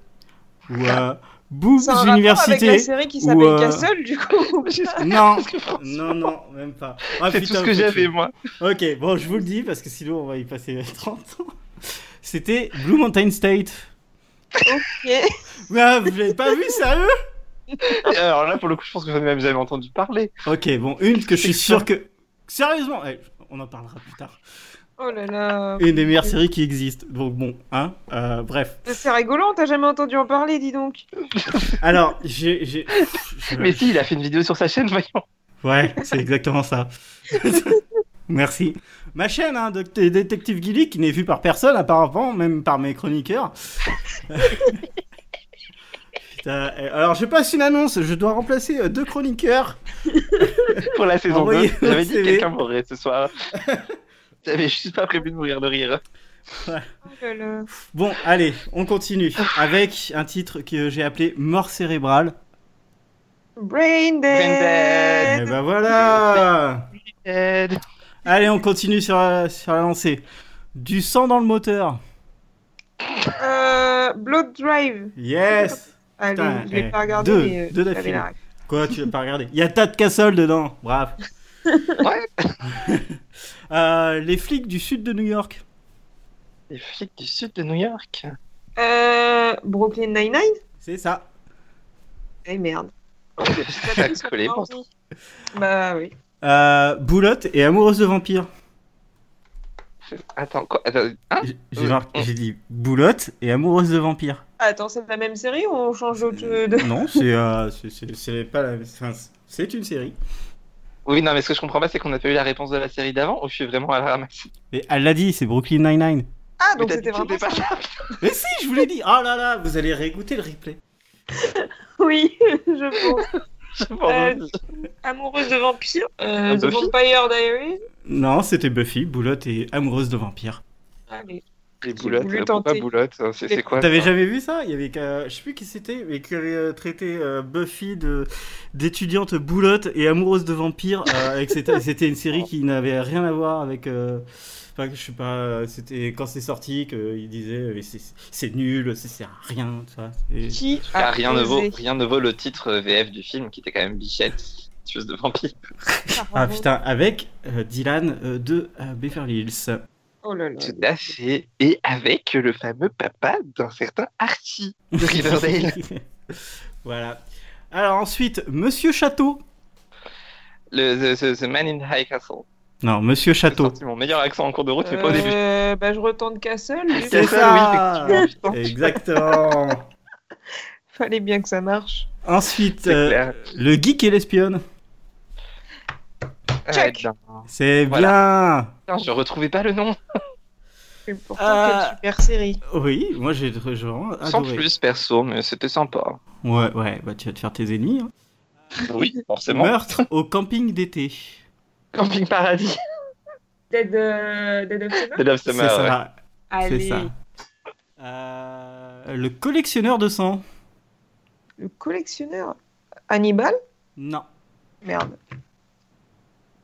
Ou euh, Boobs Ça a un rapport avec la Université. série qui ou, s'appelle euh, Castle, du coup. Non, Parce que franchement, non, non, même pas. Ah, C'est tout putain, ce que faut j'avais, moi. Ok, bon, je vous le dis parce que sinon on va y passer 30 ans. C'était Blue Mountain State. Ok. Mais ah, vous l'avez pas vu, sérieux Et Alors là, pour le coup, je pense que j'en ai même jamais entendu parler. Ok, bon, une que je suis sûr que. Sérieusement, eh, on en parlera plus tard. Oh là là. Une des meilleures séries qui existent. Donc bon, hein, euh, bref. C'est rigolo, on t'a jamais entendu en parler, dis donc. Alors, j'ai. j'ai- je- Mais si, il a fait une vidéo sur sa chaîne, voyons. Ouais, c'est exactement ça. Merci. Ma chaîne, hein, Doct- Détective Gilly, qui n'est vue par personne apparemment, même par mes chroniqueurs. Putain, euh, alors, je passe une annonce. Je dois remplacer euh, deux chroniqueurs. Pour la saison Envoyez 2. J'avais votre dit que CV. quelqu'un mourrait ce soir. J'avais juste pas prévu de mourir de rire. Oh là là. Bon, allez, on continue avec un titre que j'ai appelé Mort cérébrale. Brain Brain Et Dead. ben voilà. Ed. Allez, on continue sur la, sur la lancée. Du sang dans le moteur. Euh, Blood Drive. Yes. Allez, Putain, je l'ai eh, pas regardé. deux, mais, euh, deux j'avais d'affilée. la ref. Quoi, tu l'as pas regardé Il y a Tad Castle dedans, brave. Ouais, Euh, les flics du sud de New York. les flics du sud de New York. Euh, Brooklyn Nine-Nine C'est ça. Eh merde. Oh, Ça a collé, bon. Bah oui. Euh, Boulotte et amoureuse de vampire. Attends, quoi Attends, hein J'ai- J'ai marqué- j'ai dit Boulotte et amoureuse de vampire. Attends, c'est la même série ou on change d'autre de... Non, c'est euh, c'est- c'est- c'est pas la. enfin, C'est une série. Oui, non, mais ce que je comprends pas, c'est qu'on n'a pas eu la réponse de la série d'avant, ou je suis vraiment à la ramasse. Mais elle l'a dit, c'est Brooklyn Nine-Nine. Ah, Mais donc t'as c'était dit que vraiment c'était ça. pas ça. Mais si, je vous l'ai dit. Oh là là, vous allez réécouter le replay. Oui, je pense. Je m'en Euh, doute. Amoureuse de vampire, euh, Ah, The Buffy. Vampire Diaries. Non, c'était Buffy, Boulotte et amoureuse de vampire. Allez. Les j'ai boulottes, voulu euh, pourquoi tenter. boulottes euh, C'est Mais- c'est quoi T'avais ça jamais vu ça Il y avait, qu'un- je sais plus qui c'était, mais qui avait euh, traité euh, Buffy de d'étudiante boulotte et amoureuse de vampire. euh, avec cette- c'était une série qui n'avait rien à voir avec. euh, Enfin, je sais pas. euh, C'était quand c'est sorti qu'il disait euh, mais c'est c'est nul, ça sert à rien, tout ça. Et- Qui Ah, a rien, ne vaut, osé rien ne vaut le titre euh, VF du film, qui était quand même Bichette, tueuse de vampire. Ah Pardon. putain, avec euh, Dylan euh, de euh, Beverly Hills. Oh là là. Tout à fait. Et avec le fameux papa d'un certain Archie de Riverdale. voilà. Alors ensuite, Monsieur Château. le, the, the- the Man in the High Castle. Non, Monsieur J'ai Château. sorti mon meilleur accent en cours de route, mais pas au début. Euh, bah, je retente Castle. vu C'est que- Castle, ça. oui, effectivement, putain. Exactement. Fallait bien que ça marche. Ensuite, C'est euh, clair. le geek et l'espionne. Ah, ben. check. bien. C'est Putain, je retrouvais pas le nom. Et pourtant, Euh, quelle super série. bien. Oui, moi j'ai j'ai vraiment Sans adoré. plus, perso, mais c'était sympa. Ouais, ouais, bah tu vas te faire tes ennemis. hein. Oui, forcément. Meurtre au camping d'été. Camping Paradis. Dead, euh, Dead of Summer The Love C'est Summer, ouais. ça. C'est Allez. ça. Euh, le collectionneur de sang. Le collectionneur. Hannibal Non. Merde.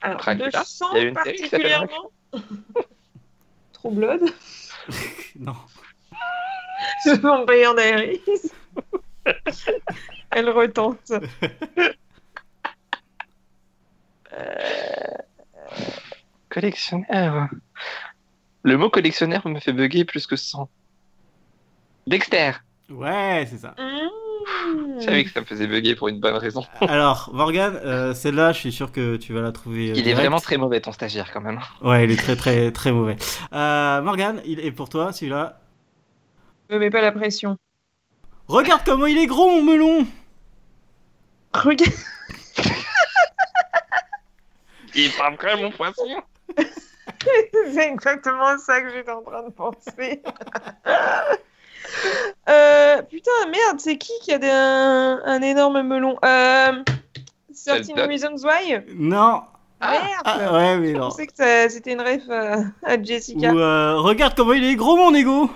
Alors, Dracula de sang Il y a une série qui s'appelle particulièrement. True Blood. Non. The Vampire Diaries. Elle retente. Collectionneur. Le mot collectionneur me fait bugger plus que 100. Dexter. Ouais, c'est ça. Mmh. Je savais que ça me faisait bugger pour une bonne raison. Euh, Alors, Morgan, celle-là, je suis sûr que tu vas la trouver. euh, Il est direct. vraiment très mauvais ton stagiaire quand même. Ouais, il est très très très mauvais. Euh, Morgan, il est pour toi celui-là. Me mets pas la pression. Regarde comment il est gros mon melon. Regarde. Il parle quand même mon poisson. C'est exactement ça que j'étais en train de penser. Euh, putain, merde, c'est qui qui a des- un, un énorme melon euh, 13 date. Reasons Why Non. Merde Ah, ouais, mais Je non. pensais que ça- c'était une ref euh, à Jessica. Ou euh, regarde comment il est gros mon ego.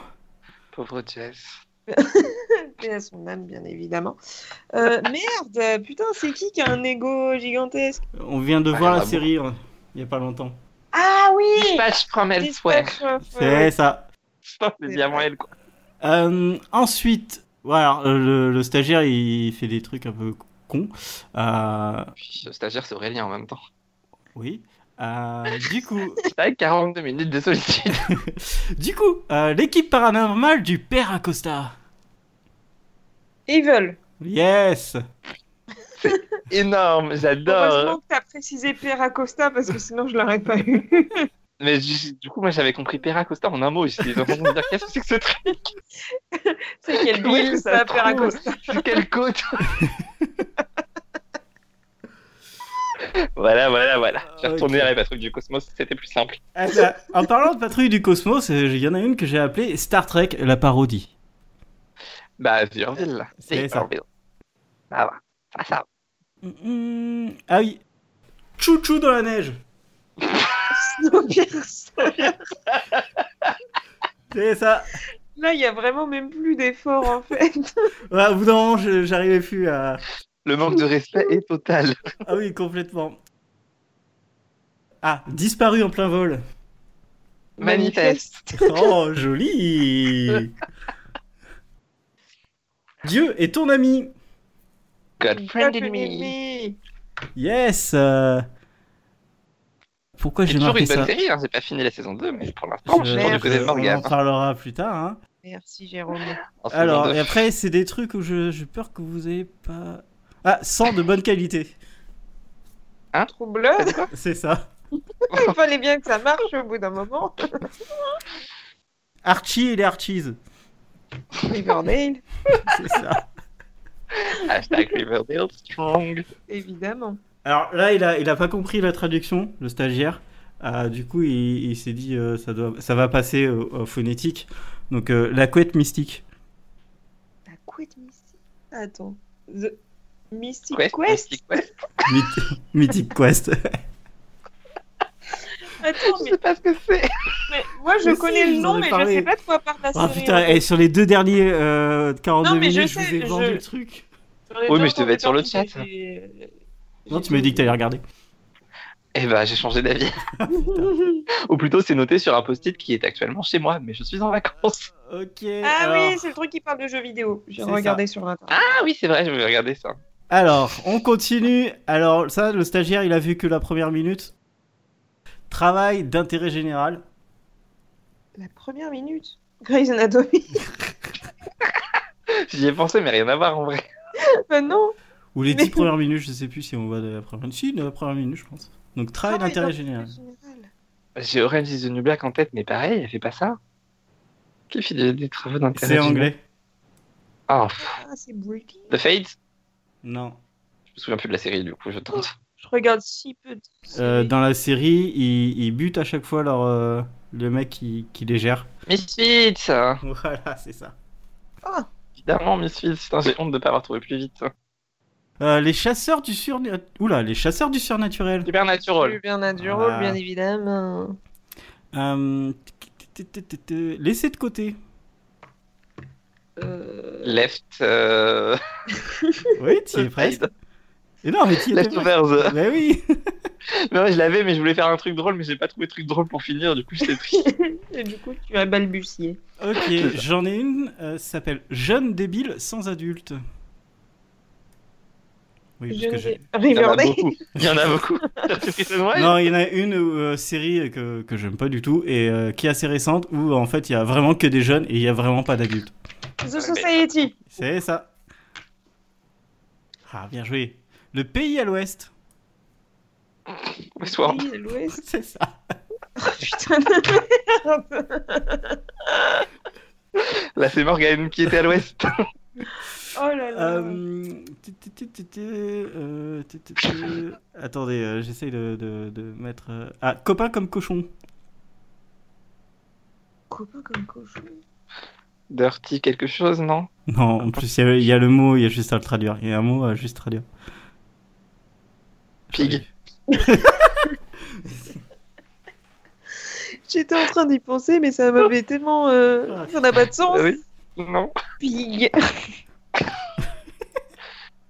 Pauvre Jess. Et à son âme, bien évidemment. Euh, merde, euh, putain, c'est qui qui a un ego gigantesque On vient de Ah, voir la bravo. série hein, il y a pas longtemps. Ah oui Dispatch from elsewhere. Dispatch of, C'est euh, ça. Putain, les diamants elle quoi. Euh, ensuite, voilà, euh, le, le stagiaire il fait des trucs un peu cons. Euh, Puis, Le stagiaire c'est Aurélien en même temps. oui. Euh, du coup, Avec 42 minutes de solitude. du coup, euh, l'équipe paranormale du père Acosta. Evil. Yes. Énorme, j'adore. Heureusement que t'as précisé Pierre Acosta parce que sinon je l'aurais pas eu. Mais j- du coup, moi j'avais compris Pera Costa en un mot. J'étais en train de me dire qu'est-ce que c'est que ce truc C'est quel Oui, bif ça ça, Pierre trouve. Acosta. C'est quelle côte Voilà, voilà, voilà. J'ai retourné Ok. à la truc du cosmos, c'était plus simple. Ah, bah, en parlant de patrouille du cosmos, euh, il y en a une que j'ai appelée Star Trek, la parodie. Bah, Durville. C'est ça. Durville. Ah, bah. Ah, ça. Mm, Ah oui. Chouchou dans la neige. Snowpiercer. C'est ça. Là, il y a vraiment même plus d'effort en fait. Ouais, au bout d'un moment, Ah, je- j'arrivais plus à. Le manque de respect est total. Ah oui, complètement. Ah, disparu en plein vol. Manifeste. Oh, joli. Dieu est ton ami. God Friend friended me. enemy. Yes. euh, Pourquoi C'est j'ai toujours marqué une bonne ça série, hein, j'ai pas fini la saison 2, mais pour l'instant, je suis du merde. côté de On en Morgane. parlera plus tard. hein. Merci Jérôme. En saison Alors, deux. et après, c'est des trucs où je- j'ai peur que vous ayez pas. Ah, sans de bonne qualité. Troubleur, C'est ça. il fallait bien que ça marche au bout d'un moment. Archie et les Archies. Riverdale, C'est ça. Hashtag Riverdale Strong. évidemment. Alors là, il a, il a pas compris la traduction, le stagiaire. Ah, du coup, il, il s'est dit, euh, ça, doit, ça va passer euh, au phonétique. Donc, euh, la couette mystique. La Quête Bah, Mystique. Attends. The Mystic Quest, Quest Mystic Quest. Myth- Mythic Quest. Attends, Je mais, sais pas ce que c'est. mais moi je Mais si, connais je le vous en nom, ai mais je parlé. sais pas de quoi parle la Ah série. putain, et sur les deux derniers euh, 42 hein. Non, mais je minutes, je, vous sais, ai vendu je- le truc. J'en ai Oui, mais déjà je devais être sur le entendu chat. parler, euh, j'ai- Non, j'ai- tu m'as dit que t'allais regarder. Eh ben, j'ai changé d'avis. Ou plutôt, c'est noté sur un post-it qui est actuellement chez moi, mais je suis en vacances. Ok. Ah alors... oui, c'est le truc qui parle de jeux vidéo. J'ai C'est regardé sur internet. Ah oui, c'est vrai, je vais regarder ça. Alors, on continue. Alors, ça, le stagiaire, il a vu que la première minute. Travail d'intérêt général. La première minute. Grey's Anatomy. Mm. J'y ai pensé, mais rien à voir en vrai. bah non. Ou les dix Mais- premières minutes, je sais plus si on va de la première minute. Si, de la première minute, je pense. Donc, travail Travail d'intérêt d'intérêt général. général. J'ai Orange is the New Black en tête, mais pareil, elle fait pas ça. Qui fait des, des travaux d'intérêt C'est anglais. Ah, pff, Ah, c'est Brady. The Fade Non. Je me souviens plus de la série, du coup, je tente. Je regarde si peu de. Euh, séries. dans la série, ils, ils butent à chaque fois leur, euh, le mec qui, qui les gère. Misfits hein. Voilà, c'est ça. Évidemment, Misfits. Putain, J'ai honte de pas avoir trouvé plus vite. Euh, les chasseurs du surna- Oula, les chasseurs du surnaturel. Supernatural. Supernatural, Ah. bien évidemment. Euh, t- t- t- t- Laissez de côté. Euh, Left. Euh... Oui, tu es presque. Et non, mais tu y étais Left presque. Overs. Bah oui. Non, je l'avais, mais je voulais faire un truc drôle, mais j'ai pas trouvé de truc drôle pour finir, du coup, je t'ai pris. Et du coup, tu as balbutié. Ok, j'en ai une, euh, ça s'appelle Jeune débile sans adulte. Oui, parce Je que ne j'ai- sais- Il y en a Riverdale. beaucoup. Il y en a beaucoup. Surtout Prison Wife. Non, il y en a une euh, série que, que j'aime pas du tout et euh, qui est assez récente où en fait il y a vraiment que des jeunes et il y a vraiment pas d'adultes. The Society. C'est ça. Ah, bien joué. Le pays à l'ouest. Westworld. Oui, à l'ouest. C'est ça. Putain de merde. Là, c'est Morgane qui était à l'ouest. Oh là là. Euh, tu- tu- tu- tu- tu- euh, tu- tu- tu- Attendez, euh, j'essaye de, de- de mettre. euh, Ah, copain comme cochon. Copain comme cochon. Dirty quelque chose, non Non, en plus, il y a- il y, a le mot, il y a juste à le traduire. Il y a un mot à juste traduire. Pig. J'étais en train d'y penser, mais ça m'avait tellement. euh, Ça n'a pas de sens. bah Ah oui. Non. Pig.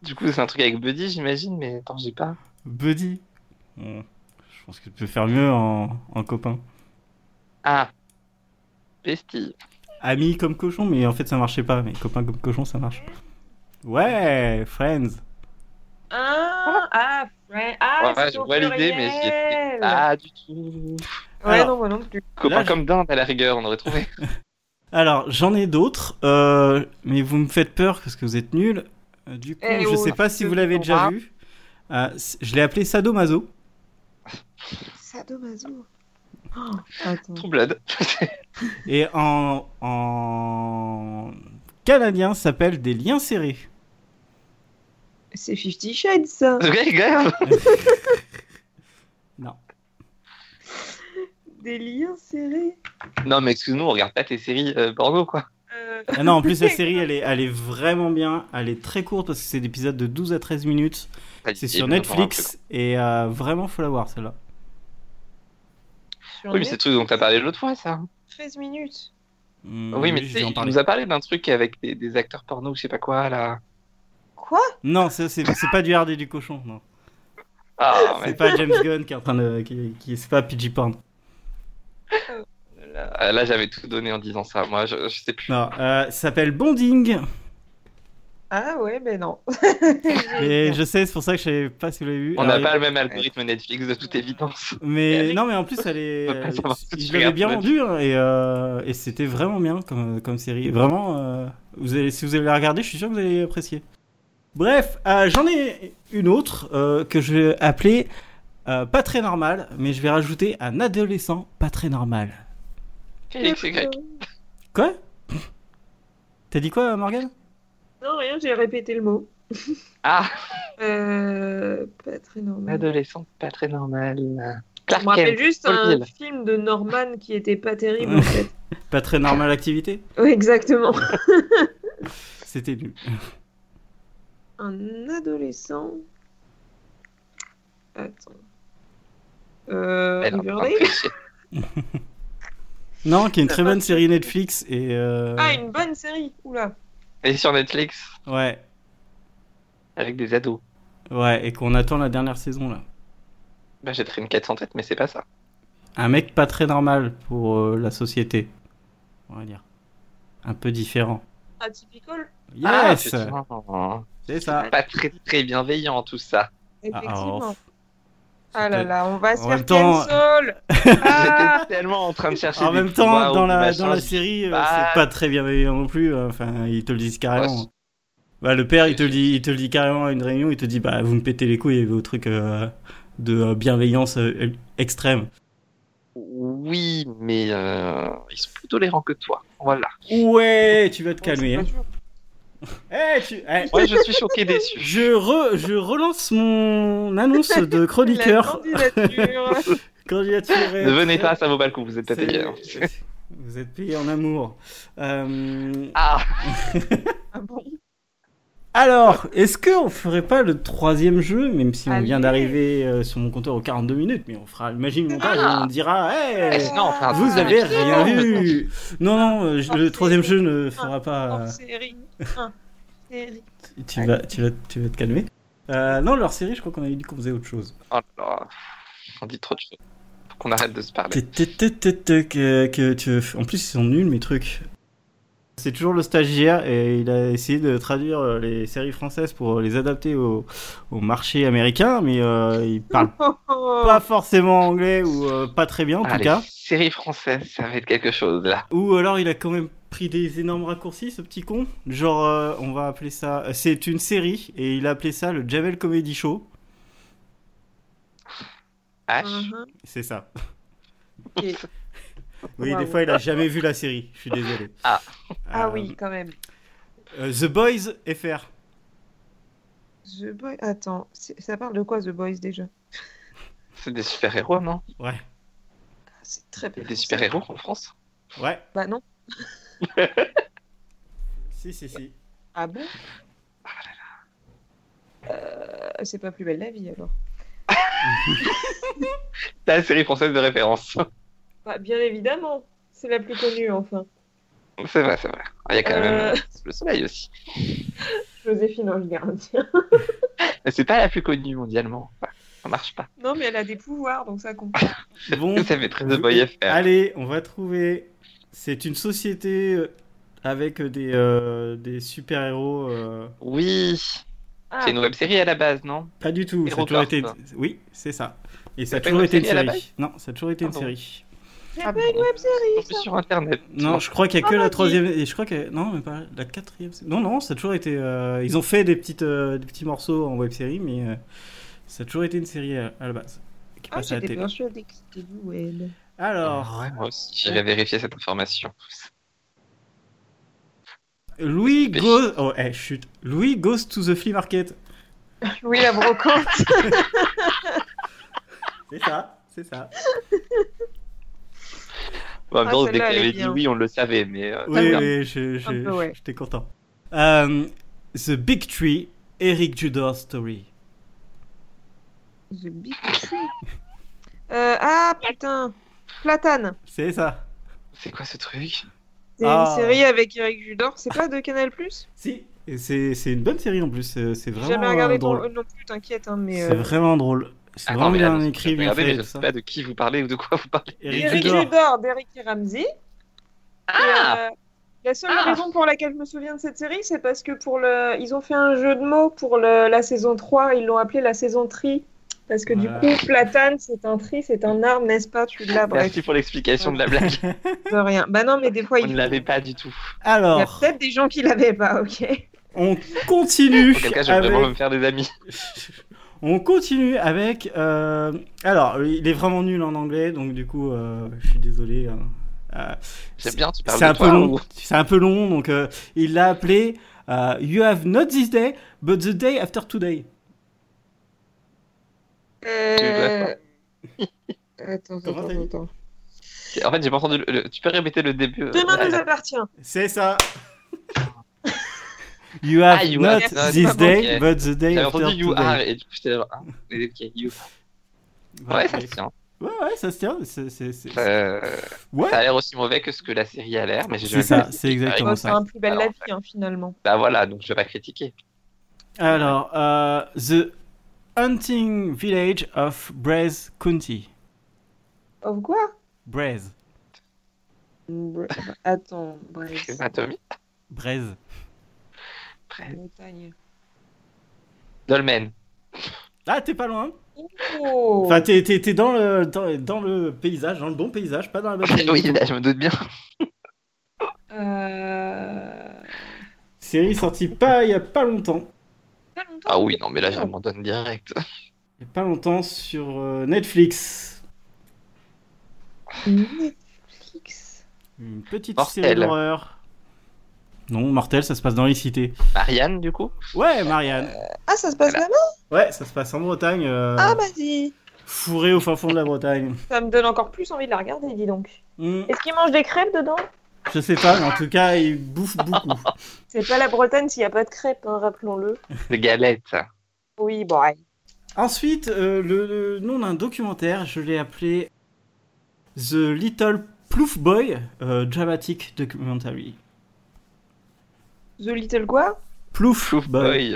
Du coup, c'est un truc avec Buddy, j'imagine, mais attends, j'ai pas. Buddy. Bon, je pense que tu peux faire mieux en, en copain. Ah. Bestie. Ami comme cochon, mais en fait, ça marchait pas. Mais copain comme cochon, ça marche. Ouais, Friends. Ah, ah, ouais. Ah, Ouais, c'est je au vois l'idée, mais j'y étais pluriel. Pas Ah, du tout. Ouais, Alors. non, moi non plus. Copain Là, je- comme dinde à la rigueur, on aurait trouvé. Alors, j'en ai d'autres, euh, mais vous me faites peur parce que vous êtes nuls. Euh, Du coup, Eh je oh, sais pas si je vous l'avez déjà comprends. vu. Euh, c- je l'ai appelé Sadomaso. Sadomaso. Oh, attends. True Blood. Et en, en canadien, ça s'appelle Des liens serrés. C'est Fifty Shades, ça. Ouais, grave. Non. Des liens serrés. Non, mais excuse-nous, on regarde pas tes séries euh, porno, quoi. Euh, Ah non, en plus, la série, elle est, elle est vraiment bien. Elle est très courte parce que c'est l'épisode de 12 à 13 minutes. C'est sur Netflix et euh, vraiment, faut la voir celle-là. sur Oui, mais c'est le truc dont t'as parlé l'autre fois, ça. 13 minutes. Mm, Oui, mais je tu vais sais, en il parler. nous a parlé d'un truc avec des, des acteurs porno ou je sais pas quoi, là. Quoi Non, ça, c'est c'est pas du hard et du cochon. Non. Ah, C'est mais pas James Gunn qui est en train de. Qui, qui- c'est pas PG Porn. euh, là, là, j'avais tout donné en disant ça. Moi, je, je sais plus. Non, euh, ça s'appelle Bonding. Ah ouais, mais non. Et je sais, c'est pour ça que je savais pas si vous l'avez vu. On n'a Alors, pas le même algorithme Netflix de toute évidence. Mais avec- non, mais en plus, elle est. On peut pas savoir ce que Je tu l'avais regardes, bien toi. rendu hein, et, euh, et c'était vraiment bien comme, comme série. Vraiment, euh, vous allez, si vous allez la regarder, je suis sûr que vous allez apprécier. Bref, euh, j'en ai une autre euh, que je vais appeler euh, Pas très normal, mais je vais rajouter un adolescent pas très normal. Félix Y. Quoi T'as dit quoi, Morgan Non, rien, j'ai répété le mot. Ah, Euh, pas très normal. adolescent, pas très normal. Je Clark me rappelle Kent. juste Paul un Bill. film de Norman qui était pas terrible en fait. Pas très normal activité Oui, exactement. C'était nul. Un adolescent. Attends. Euh, Elle est en train de Riverdale tricher. Non, qui est une très bonne série Netflix et. euh, Ah, une bonne série. Oula. Elle est sur Netflix Ouais, avec des ados. ouais, et qu'on attend la dernière saison là. Bah, j'ai une 400 tête, mais c'est pas ça. Un mec pas très normal pour euh, la société. On va dire. Un peu différent. Atypical. Ah, Yes putain. C'est ça. Pas très très bienveillant tout ça. Ah, Effectivement. alors, Ah là c'était- là, on va se En faire même temps- cancel Ah J'étais tellement en train de chercher. En des même temps, pouvoirs ou dans des la, machins, dans la je- série, euh, pas- c'est pas très bienveillant non plus. euh, Enfin, ils te le disent carrément. Ouais, Bah, le père, il te le dit, il te le dit carrément à une réunion. Il te dit, bah, vous me pétez les couilles et vos trucs euh, de euh, bienveillance euh, extrême. Oui, mais euh, ils sont plus tolérants que toi. Voilà. Ouais, tu vas te calmer. Moi, hein. Eh, tu- eh, je suis choqué déçu. Je, re- je relance mon annonce de chroniqueur. La candidature Candidature. Ne venez pas, ça vaut pas le coup, vous êtes pas C'est- payé. hein. Vous êtes payé en amour. Euh, Ah, Ah bon alors, est-ce qu'on ferait pas le troisième jeu, même si on Allez. vient d'arriver euh, sur mon compteur aux 42 minutes, mais on fera, imagine, le montage Ah. et on dira, eh, hey, sinon, enfin, Oh, vous Ah, avez putain. rien vu. Non, non, euh, je- le troisième jeu ne fera pas. euh, Hors série. Un. Série. Tu vas, tu vas, tu vas te calmer. Euh, non, leur série, je crois qu'on avait dit qu'on faisait autre chose. Oh là là, on dit trop de choses. Faut qu'on arrête de se parler. Tic, tic, tic, tic, tic, euh, que tu- En plus, ils sont nuls, mes trucs. C'est toujours le stagiaire et il a essayé de traduire euh, les séries françaises pour euh, les adapter au, au marché américain, mais euh, il parle Oh, oh. pas forcément anglais ou euh, pas très bien en tout Allez, cas. série française, ça va être quelque chose là. Ou alors il a quand même pris des énormes raccourcis, ce petit con. Genre, euh, on va appeler ça. C'est une série et il a appelé ça le Javel Comedy Show. H. Mhm. C'est ça. Ok. Oui, des Waouh. fois il a jamais vu la série, je suis désolé. Ah. Ah Euh, oui, quand même. euh, The Boys FR. The Boys. Attends, c'est- ça parle de quoi The Boys déjà C'est des super-héros, non Ouais, Ah, C'est très Il bien. y a des super-héros en France ouais. Bah non. Si, si, si. Ah bon Euh, C'est pas plus belle la vie alors. La série française de référence. Bah, bien évidemment, c'est la plus connue enfin. C'est vrai, c'est vrai. Ah, Il y a quand Euh. même euh, le soleil aussi. Joséphine Ange Gardien. Mais c'est pas la plus connue mondialement. Enfin, ça marche pas. Non, mais elle a des pouvoirs donc Ah, ça compte. Mm. Bon. ça fait très de boy faire. Allez, on va trouver. C'est une société euh, avec des, euh, des super-héros. euh, Oui, Ah, c'est une web série à la base, non Pas du tout. Ça a Hero toujours Corp. été... Oui, c'est ça. Et ça a pas toujours une été une série à la série. Non, ça a toujours été une Ah bon. série. c'est Ah pas une web série. Je suis sur internet. Non, je crois qu'il n'y a que Ah, la oui. troisième. Et je crois que. Non, mais pas la quatrième. Non, non, ça a toujours été. euh, Ils ont fait des, petites, euh, des petits morceaux en web série, mais euh, ça a toujours été une série à, à la base. Qui Ah, passe à la j'étais télé. bien dès que c'était vous, elle. Alors, Ah ouais, moi aussi, j'irai vérifier cette information. Louis Mais- goes. Oh, eh, chut. Louis goes to the flea market. Louis la brocante. C'est ça, c'est ça. Bon, en même Ah, temps, dès celle-là, qu'elle elle est avait dit bien. oui, on le savait, mais euh, Oui, c'est bien. oui, je- je- Ah, Un peu, ouais. j'étais content. Euh, the Big Tree, Eric Judor Story. The Big Tree. Euh, ah putain, Platane. C'est ça. c'est quoi ce truc C'est Ah. une série avec Eric Judor. C'est pas de Canal Plus Si. Et c'est c'est une bonne série en plus. euh, C'est J'ai vraiment jamais regardé euh, drôle. non, non plus, t'inquiète. Hein, mais C'est euh, vraiment drôle. C'est Attends, vraiment mais bien attends, écrit, je bien regardais, fait. mais je tout sais ça. pas de qui vous parlez ou de quoi vous parlez. Eric Eric Judor. Judor d'Eric et Ramsey. Et, Ah euh, La seule Ah. raison pour laquelle je me souviens de cette série, c'est parce que pour le, ils ont fait un jeu de mots pour le- la saison 3, ils l'ont appelé la saison tri. Parce que Voilà. du coup, platane, c'est un tri, c'est un arbre, n'est-ce pas Tu l'as, bref, Merci pour l'explication de la blague. de rien. Bah non, mais des fois, On ne il, l'avait pas du tout. il y a Alors, peut-être des gens qui l'avaient pas, ok on continue. Auquel cas, je vais avec... vraiment me faire des amis. On continue avec. euh, Alors, il est vraiment nul en anglais, donc du coup, euh, je suis désolé. hein. Euh, J'aime bien, tu parles C'est de un toi. peu long. ou- C'est un peu long, donc euh, il l'a appelé euh, You have not this day, but the day after today. Euh, dois Attends, Comment attends, t'as dit attends. En fait, j'ai pas entendu. le- le- Tu peux répéter le début. euh, Demain nous voilà. appartient. C'est ça. you have Ah, you not have not- this ok. day, but the day J'avais after entendu today. You Are et du coup, j'étais là. genre, ah, mais ok, You Ah, Are. Ouais, ça se tient. Ouais, ouais, ça se tient. c'est- c'est- c'est- Euh, Ouais, Ça a l'air aussi mauvais que ce que la série a l'air, mais j'ai c'est jamais ça, vu. c'est exactement Bon, ça. c'est un plus bel Alors, la vie, hein, finalement. Bah voilà, donc je vais pas critiquer. Alors, euh, The Hunting Village of Braze County. Of Oh, quoi Braze. Attends, bref. Anatomie. Braze. Montagne. Dolmen. Ah, t'es pas loin. Oh Enfin, t'es, t'es- t'es dans, le, dans, dans le paysage, dans le bon paysage, pas dans la bonne oui, là, je me doute bien. Euh... Série sortie pas il y a pas longtemps. Pas longtemps. Ah oui, non, mais là, j'abandonne direct. Il y a pas longtemps sur euh, Netflix. Netflix. Une petite Mortel. série d'horreur. Non, Mortel, ça se passe dans les cités. Marianne, du coup Ouais, Marianne. Ah, ça se passe Voilà. là-bas Euh, Ouais, ça se passe en Bretagne. euh, Ah, vas-y Fourré au fin fond de la Bretagne. Ça me donne encore plus envie de la regarder, dis donc. Hmm, Est-ce qu'il mange des crêpes dedans je sais pas, mais en tout cas, il bouffe beaucoup. C'est pas la Bretagne s'il n'y a pas de crêpes, hein, rappelons-le. De galette. Oui, bon, ouais. Ensuite, euh, le, le nom d'un documentaire, je l'ai appelé The Little Plouf Boy euh, Dramatic Documentary. The Little quoi Plouf, Boy. Oui.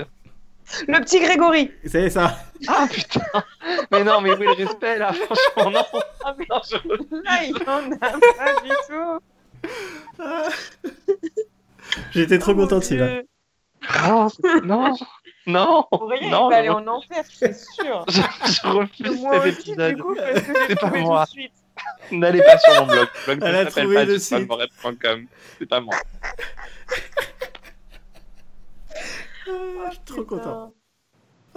Le petit Grégory C'est ça. Ah putain Mais non, mais où est le respect là Franchement, non, Ah, mais non je... là, il en a pas du tout J'étais trop Oh, mon content de celui-là. Dieu. non, c'est- non, non, Aurélien, non, il va je- aller en enfer, c'est sûr je, je refuse Moi cet aussi, du épisode. coup, parce que C'est j'ai pas trouvé moi. tout de suite. N'allez pas sur mon blog. Le blog Elle ne a s'appelle trouvé pas le justinmorel.com. C'est pas moi. Ah, je suis trop Oh, Putain. content.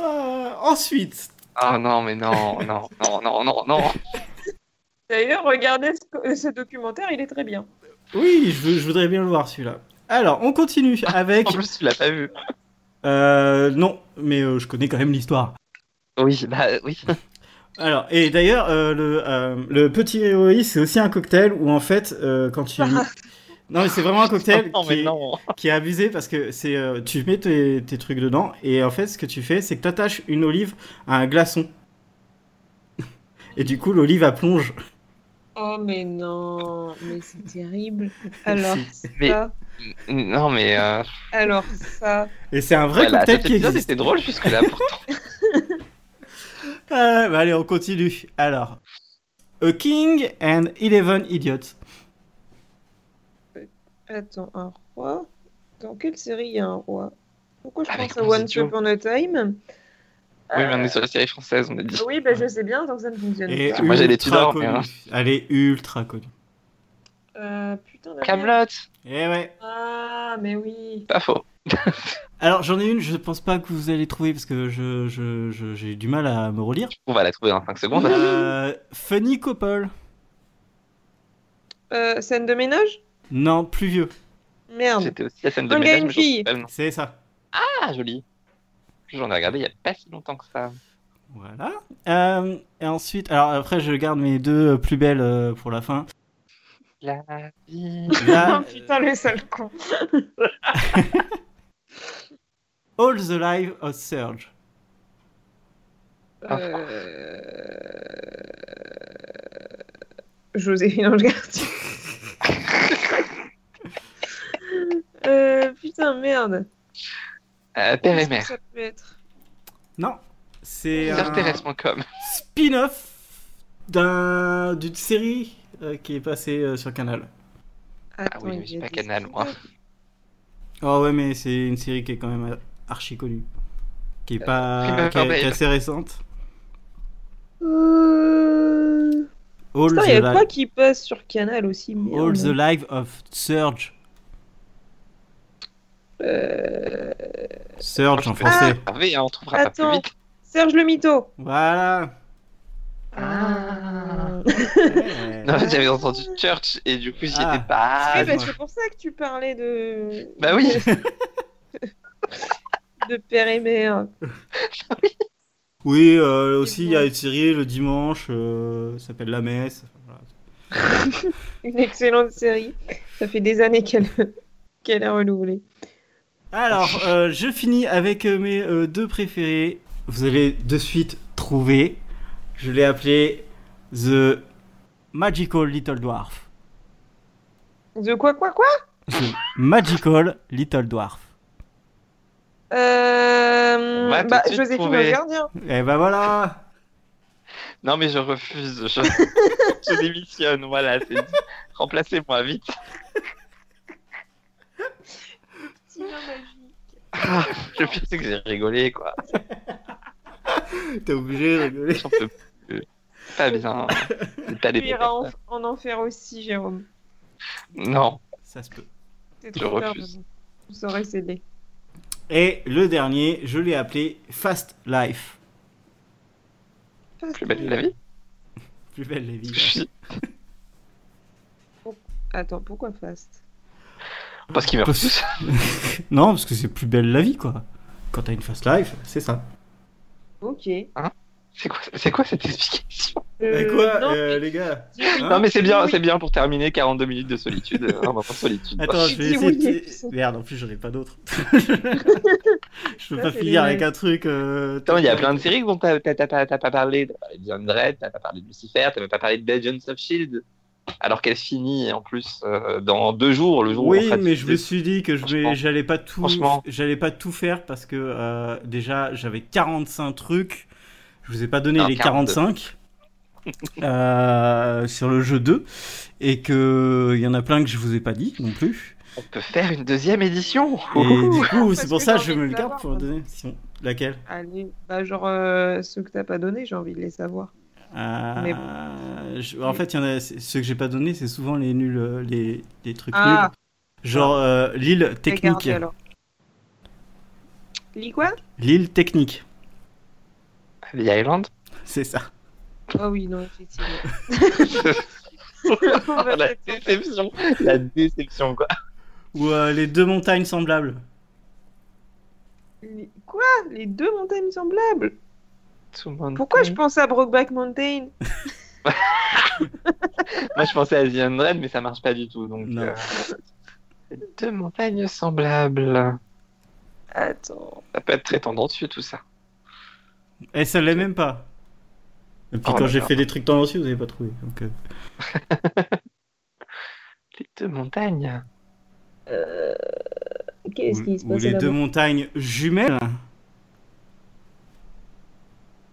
Ah, ensuite, Ah non, mais non, non, non, non, non, non. D'ailleurs, regardez ce, ce documentaire, il est très bien. oui, je, veux- je voudrais bien le voir celui-là. Alors, on continue avec. En plus, tu l'as pas vu. Euh, non, mais euh, je connais quand même l'histoire. Oui, bah oui. Alors, et d'ailleurs, euh, le, euh, le petit héroïs, c'est aussi un cocktail où en fait, euh, quand tu. non, mais c'est vraiment un cocktail non, qui mais est- non. qui est abusé parce que c'est euh, tu mets tes, tes trucs dedans et en fait ce que tu fais c'est que tu attaches une olive à un glaçon et du coup l'olive elle plonge Oh, mais non, mais c'est terrible. Alors, Mais- ça, Non, mais. Euh... alors, ça. et c'est un vrai voilà, cocktail cet qui épisode existe. était drôle jusque-là pourtant. Ah, bah allez on continue. Alors A King and Eleven Idiots. Attends, un roi Dans quelle série il y a un roi Pourquoi je Avec pense à les Once idiots. Upon a Time Oui, mais on est sur la série française, on a dit. Oui, ben je sais bien, donc ça ne fonctionne Et pas. moi, j'ai des ultra Tudors, mais, hein. connue. Elle est ultra connue. Euh, putain, la merde. Camelot, Eh ouais. Ah, mais oui. pas faux. Alors j'en ai une, je pense pas que vous allez trouver parce que je je- je- j'ai du mal à me relire. On va la trouver dans 5 secondes. Euh, funny Couple. Euh, scène de ménage Non, plus vieux. Merde. J'étais aussi à la scène de Un gars, ménage, une mais j'en fille. souviens pas le nom. C'est ça. Ah, joli. J'en ai regardé il y a pas si longtemps que ça. Voilà. Euh, et ensuite, alors après, je garde mes deux euh, plus belles euh, pour la fin. La vie. Là, Oh, Putain, le sale con. All the Life of Surge. Ah. Euh, Joséphine Ange Gardien. Euh, putain, merde. Euh, Père Qu'est-ce et que mère. Ça peut être. Non, c'est un Sœurthérèse.com. spin-off d'un- d'une série euh, qui est passée euh, sur Canal. Ah oui, mais c'est pas Canal, moi. Ah ouais, mais c'est une série qui est quand même euh, archi connue. Qui est pas. Primer qui est- qui est Babe. assez récente. Euh... All, Putain, il y the, a quoi Li- qui passe sur Canal aussi merde. All the Life of Surge. Euh, Surge en Je vais français. énerver, hein, on trouvera pas plus Attends. vite. Serge le mytho. Voilà. Ah. Ouais. Non, j'avais entendu Church et du coup, j'y Ah. étais pas. oui, bah, moi. c'est pour ça que tu parlais de. Bah oui, De père et mère. Oui, euh, aussi, bon. il y a une série le dimanche, euh, ça s'appelle La Messe. Voilà. Une excellente série. Ça fait des années qu'elle qu'elle a renouvelé. Alors, Ah. euh, je finis avec euh, mes euh, deux préférés. Vous allez de suite trouver. Je l'ai appelé The Magical Little Dwarf. De quoi, quoi, quoi The Magical Little Dwarf. euh... On va tout de bah, suite Joséphine trouver. le gardien. Et ben voilà non, mais je refuse. Je, je démissionne, voilà, c'est dit. Remplacez-moi vite. Ah, le pire, c'est que j'ai rigolé, quoi. T'es obligé de rigoler. J'en peux plus. C'est Pas bien. C'est pas Tu les iras en, en enfer aussi, Jérôme. Non, Ça se peut. C'est Je trop tard, refuse. mais bon. Vous saurez céder. Et le dernier, je l'ai appelé Fast Life. plus belle de la vie. Plus belle les Je vies. suis- Attends, pourquoi Fast Parce qu'il meurt Parce- tous. non, parce que c'est plus belle la vie, quoi. Quand t'as une Fast Life, c'est ça. Ok. Eh, C'est quoi, c'est quoi cette explication Mais Euh, quoi, non, euh, les gars dis oui. Hein Non, mais c'est bien, Ah, Oui. c'est bien pour terminer 42 minutes de solitude. euh, Un moment de solitude. Attends, je Je vais dis essayer. oui, de- mais tu sais. Merde, en plus j'en ai pas d'autres. je peux Ça, pas c'est finir les- avec un truc. euh, Attends, il y a plein de séries dont t'as t'as- t'as pas t'as pas parlé. T'as parlé de John Dredd, t'as pas parlé de Lucifer, t'as même pas parlé de Legends of Shield. Alors qu'elle finit en plus euh, dans deux jours, le jour où on Oui, fera mais je me cette- suis dit que je vais, Franchement. j'allais pas tout, Franchement. j'allais pas tout faire parce que euh, déjà j'avais 45 trucs. Je vous ai pas donné Non, les 42. 45 euh, sur le jeu 2 et que il y en a plein que je vous ai pas dit non plus. on peut faire une deuxième édition. Et du coup, Parce c'est pour que ça j'ai je envie me de le garde l'avoir, pour moi. donner. Sinon, laquelle Allez, bah genre euh, ceux que t'as pas donné, j'ai envie de les savoir. Euh, Mais je- en fait, il y en a c'est- ceux que j'ai pas donné, c'est souvent les nuls, euh, les, les trucs Ah. nuls. Genre euh, l'île Regarde, technique, alors. Lis quoi l'île technique, The Island. c'est ça. Ah oui, non, effectivement. On va la peut-être s'en- déception. La déception, quoi. Ou euh, les deux montagnes semblables. Les- Quoi Les deux montagnes semblables Tout le monde- Pourquoi Mhm. je pense à Brokeback Mountain Moi, je pensais à The Undead, mais ça marche pas du tout. Donc, Non. euh, deux montagnes semblables. Attends. Ça peut être très tendancieux tout ça. Et Eh, ça l'est même pas. Et puis Oh, quand j'ai d'accord. fait des trucs tendancieux, vous avez pas trouvé. Donc, euh, Les deux montagnes. Euh, Qu'est-ce ou- qui se ou passe les là deux montagnes jumelles.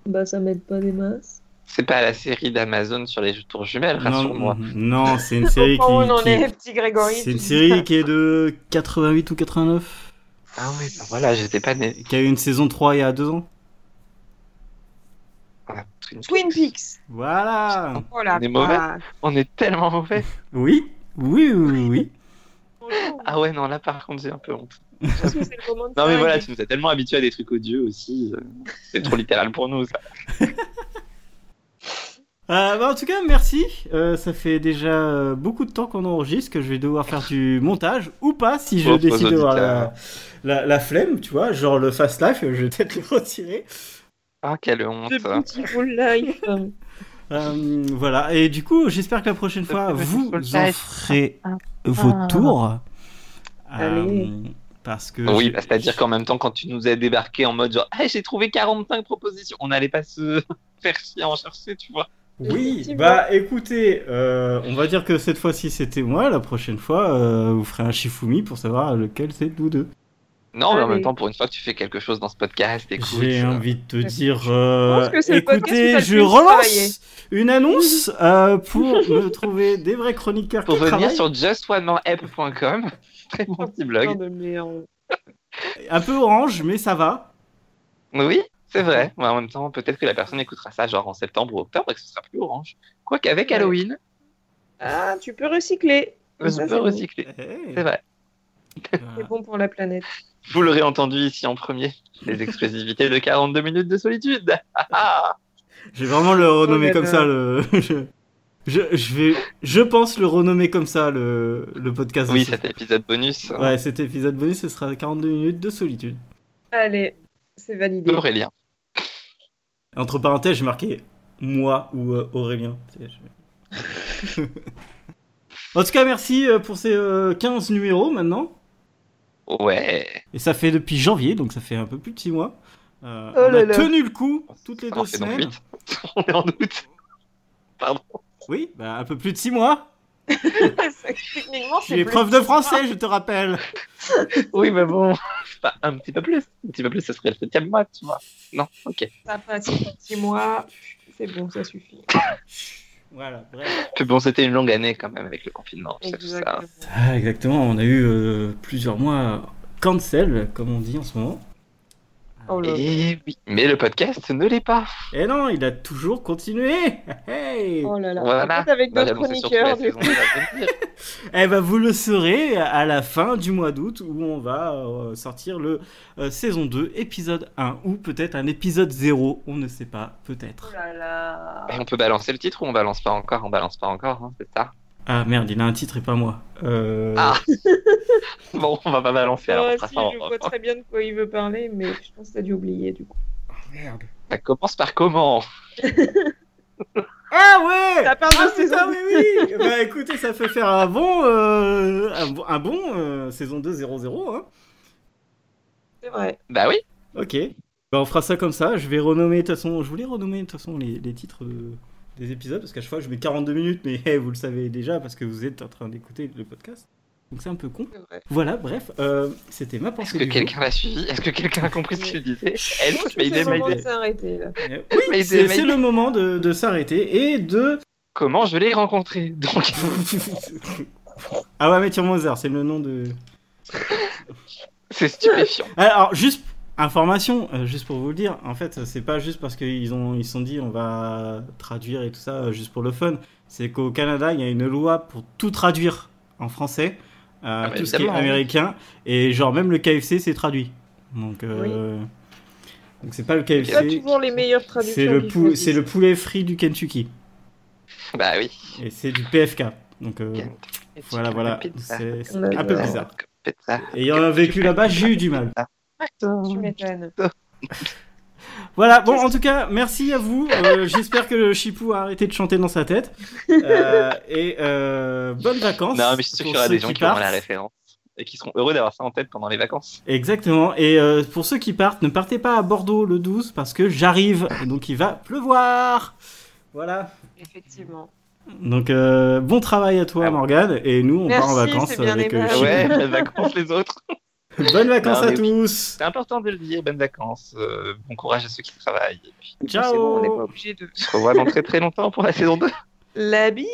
Bah ça m'aide pas des masses. C'est pas la série d'Amazon sur les tours jumelles, Non, rassure-moi. non, c'est une série Oh, qui, Enfin, Oh, on en qui- est, petit Grégory. c'est une tu- série qui est de 88 ou 89, Ah oui, bah voilà, j'étais pas né. qui a eu une saison 3 il y a deux ans. Ah, Twin Peaks. Twin Peaks. Voilà. Oh la On est mauvais vache. On est tellement mauvais. Oui, oui, oui, oui. Bonjour. Ah ouais, non, là par contre, j'ai un peu honte. Je pense que c'est le moment de Non, mais faire voilà, une- tu nous as tellement habitués à des trucs odieux aussi. euh, C'est trop littéral pour nous, ça. Euh, bah, en tout cas, merci. Euh, ça fait déjà euh, beaucoup de temps qu'on enregistre que je vais devoir faire du montage ou pas si je Pauvres décide d'avoir la, auditeurs. la, la flemme, tu vois. Genre le fast life, euh, je vais peut-être le retirer. Ah, quelle honte. de Beautiful Life. Euh, voilà. Et du coup, j'espère que la prochaine fois, vous en ferez vos tours. Euh, Allez. parce que. Oui, j'ai- bah, c'est-à-dire qu'en même temps, quand tu nous as débarqué en mode genre, Ah, j'ai trouvé 45 propositions, on n'allait pas se faire chier à en chercher, tu vois. Oui, Effectivement. bah écoutez, euh, on va dire que cette fois-ci c'était moi. La prochaine fois, euh, vous ferez un Shifumi pour savoir lequel c'est de vous deux. Non, mais en Allez. même temps, pour une fois que tu fais quelque chose dans ce podcast, écoute. J'ai euh, envie de te dire, pense euh, que c'est le podcast où t'as écoutez, le je plus relance travaillé. une annonce euh, pour me trouver des vrais chroniqueurs Pour qui revenir travaillent. sur justonemoreapp.com, très bon petit Putain blog. de merde. Un peu orange, mais ça va. Oui, c'est vrai. Mais en même temps, peut-être que la personne écoutera ça genre en septembre ou octobre et que ce sera plus orange. Quoique avec Ouais. Halloween, Ah, tu peux recycler. on Ça, peut c'est bon. recycler. Hey. C'est vrai. Euh, C'est bon pour la planète. Vous l'aurez entendu ici en premier. Les exclusivités de 42 minutes de solitude. Ah, ah. Je vais vraiment le renommer là comme là. ça. Le... je... je- je vais, je pense le renommer comme ça le, le podcast. de oui, ce- cet épisode bonus. euh, Ouais, cet épisode bonus, ce sera 42 minutes de solitude. Allez, c'est validé. Aurélien. Entre parenthèses, j'ai marqué moi ou euh, Aurélien. C'est- je- en tout cas, merci euh, pour ces euh, 15 numéros maintenant. Ouais. Et ça fait depuis janvier, donc ça fait un peu plus de 6 mois. Euh, Oh on là a là. tenu le coup toutes les Ah, deux Ça en fait donc semaines. huit. On est en août. Pardon. Oui, bah, un peu plus de 6 mois. Techniquement, Je c'est suis plus- prof de français, je te rappelle. Oui, mais bon. Enfin, un petit peu plus. Un petit peu plus, ce serait le septième mois, tu vois. Non, ok. Ça passe six mois. C'est bon, ça suffit. Voilà, bref. Puis bon, c'était une longue année quand même avec le confinement. tout ça, tout ça. Exactement. Ah, exactement, on a eu euh, plusieurs mois cancel, comme on dit en ce moment. Oh là. Et oui. Mais le podcast ne l'est pas. Et non, il a toujours continué. Hey Oh là là. Voilà. Peut-être avec Bah, d'autres j'annonçais surtout la chroniqueurs. du saison coup. de la venir. Eh ben, vous le saurez à la fin du mois d'août où on va euh, sortir le euh, saison 2, épisode 1, ou peut-être un épisode 0, on ne sait pas, Oh peut-être. là là. Et on peut balancer le titre ou on balance pas encore On balance pas encore, hein, c'est ça Ah merde, il a un titre et pas moi. Euh, Ah. Bon, on va pas balancer alors. on Oh, fera si, ça en- je vois très bien de quoi il veut parler, mais je pense que t'as dû oublier du coup. merde. Ça commence par comment Ah ouais Ça parle Ah de saison putain, deux. mais oui Bah écoutez, ça fait faire un bon, euh, un bon, un bon, euh, saison 2 0-0, hein. C'est vrai. Bah oui, Ok. Bah, on fera ça comme ça. Je vais renommer, de toute façon, je voulais renommer de toute façon les, les titres euh, des épisodes parce qu'à chaque fois je mets 42 minutes, mais eh, vous le savez déjà parce que vous êtes en train d'écouter le podcast. Donc c'est un peu con. c'est vrai. Voilà, bref, euh, c'était ma est-ce pensée. que du quelqu'un l'a suivi Est-ce que quelqu'un a compris ce qu'il disait Elle, Chut, mais C'est il c'est est le moment Maïdé. de s'arrêter là. jour. Euh, mais Oui, il c'est est c'est Maïdé. le moment de, de s'arrêter et de. Comment je l'ai rencontré Donc, ah ouais, mais sur Mozart, c'est le nom de. c'est stupéfiant. Alors, juste information, euh, juste pour vous le dire, en fait, c'est pas juste parce qu'ils ont ils se sont dit on va traduire et tout ça euh, juste pour le fun. C'est qu'au Canada, il y a une loi pour tout traduire en français, euh, bah tout ce qui est évidemment, oui. américain, et genre même le KFC c'est traduit. Donc, euh, donc c'est pas le C'est pas KFC, toujours les meilleures traductions. c'est le, qui pou- choisissent. c'est le poulet frit du Kentucky, Bah oui. et c'est du PFK. Donc euh, voilà, voilà, Pizza. c'est c'est On a un peu vu. bizarre. Pizza. Et ayant vécu là-bas, j'ai eu du mal. Tu m'étonnes. Voilà, bon, en tout cas, merci à vous. Euh, J'espère que le Chipou a arrêté de chanter dans sa tête. Euh, et euh, bonnes vacances. Non, mais je suis sûr pour qu'il y aura ceux des gens qui auront partent. la référence et qui seront heureux d'avoir ça en tête pendant les vacances. Exactement. Et euh, pour ceux qui partent, ne partez pas à Bordeaux le 12 parce que j'arrive. Et Donc, il va pleuvoir. Voilà. Effectivement. Donc, euh, bon travail à toi, Ah bon. Morgane. Et nous, on part en Merci, vacances c'est bien avec euh, aimable. Chipou. Ah Ouais, les vacances les autres. Bonnes vacances Non, à mais oui. tous. C'est important de le dire, bonnes vacances, euh, bon courage à ceux qui travaillent. Et puis, Ciao. C'est bon, on n'est pas obligé de. on se revoit dans très très longtemps pour la saison 2. La bise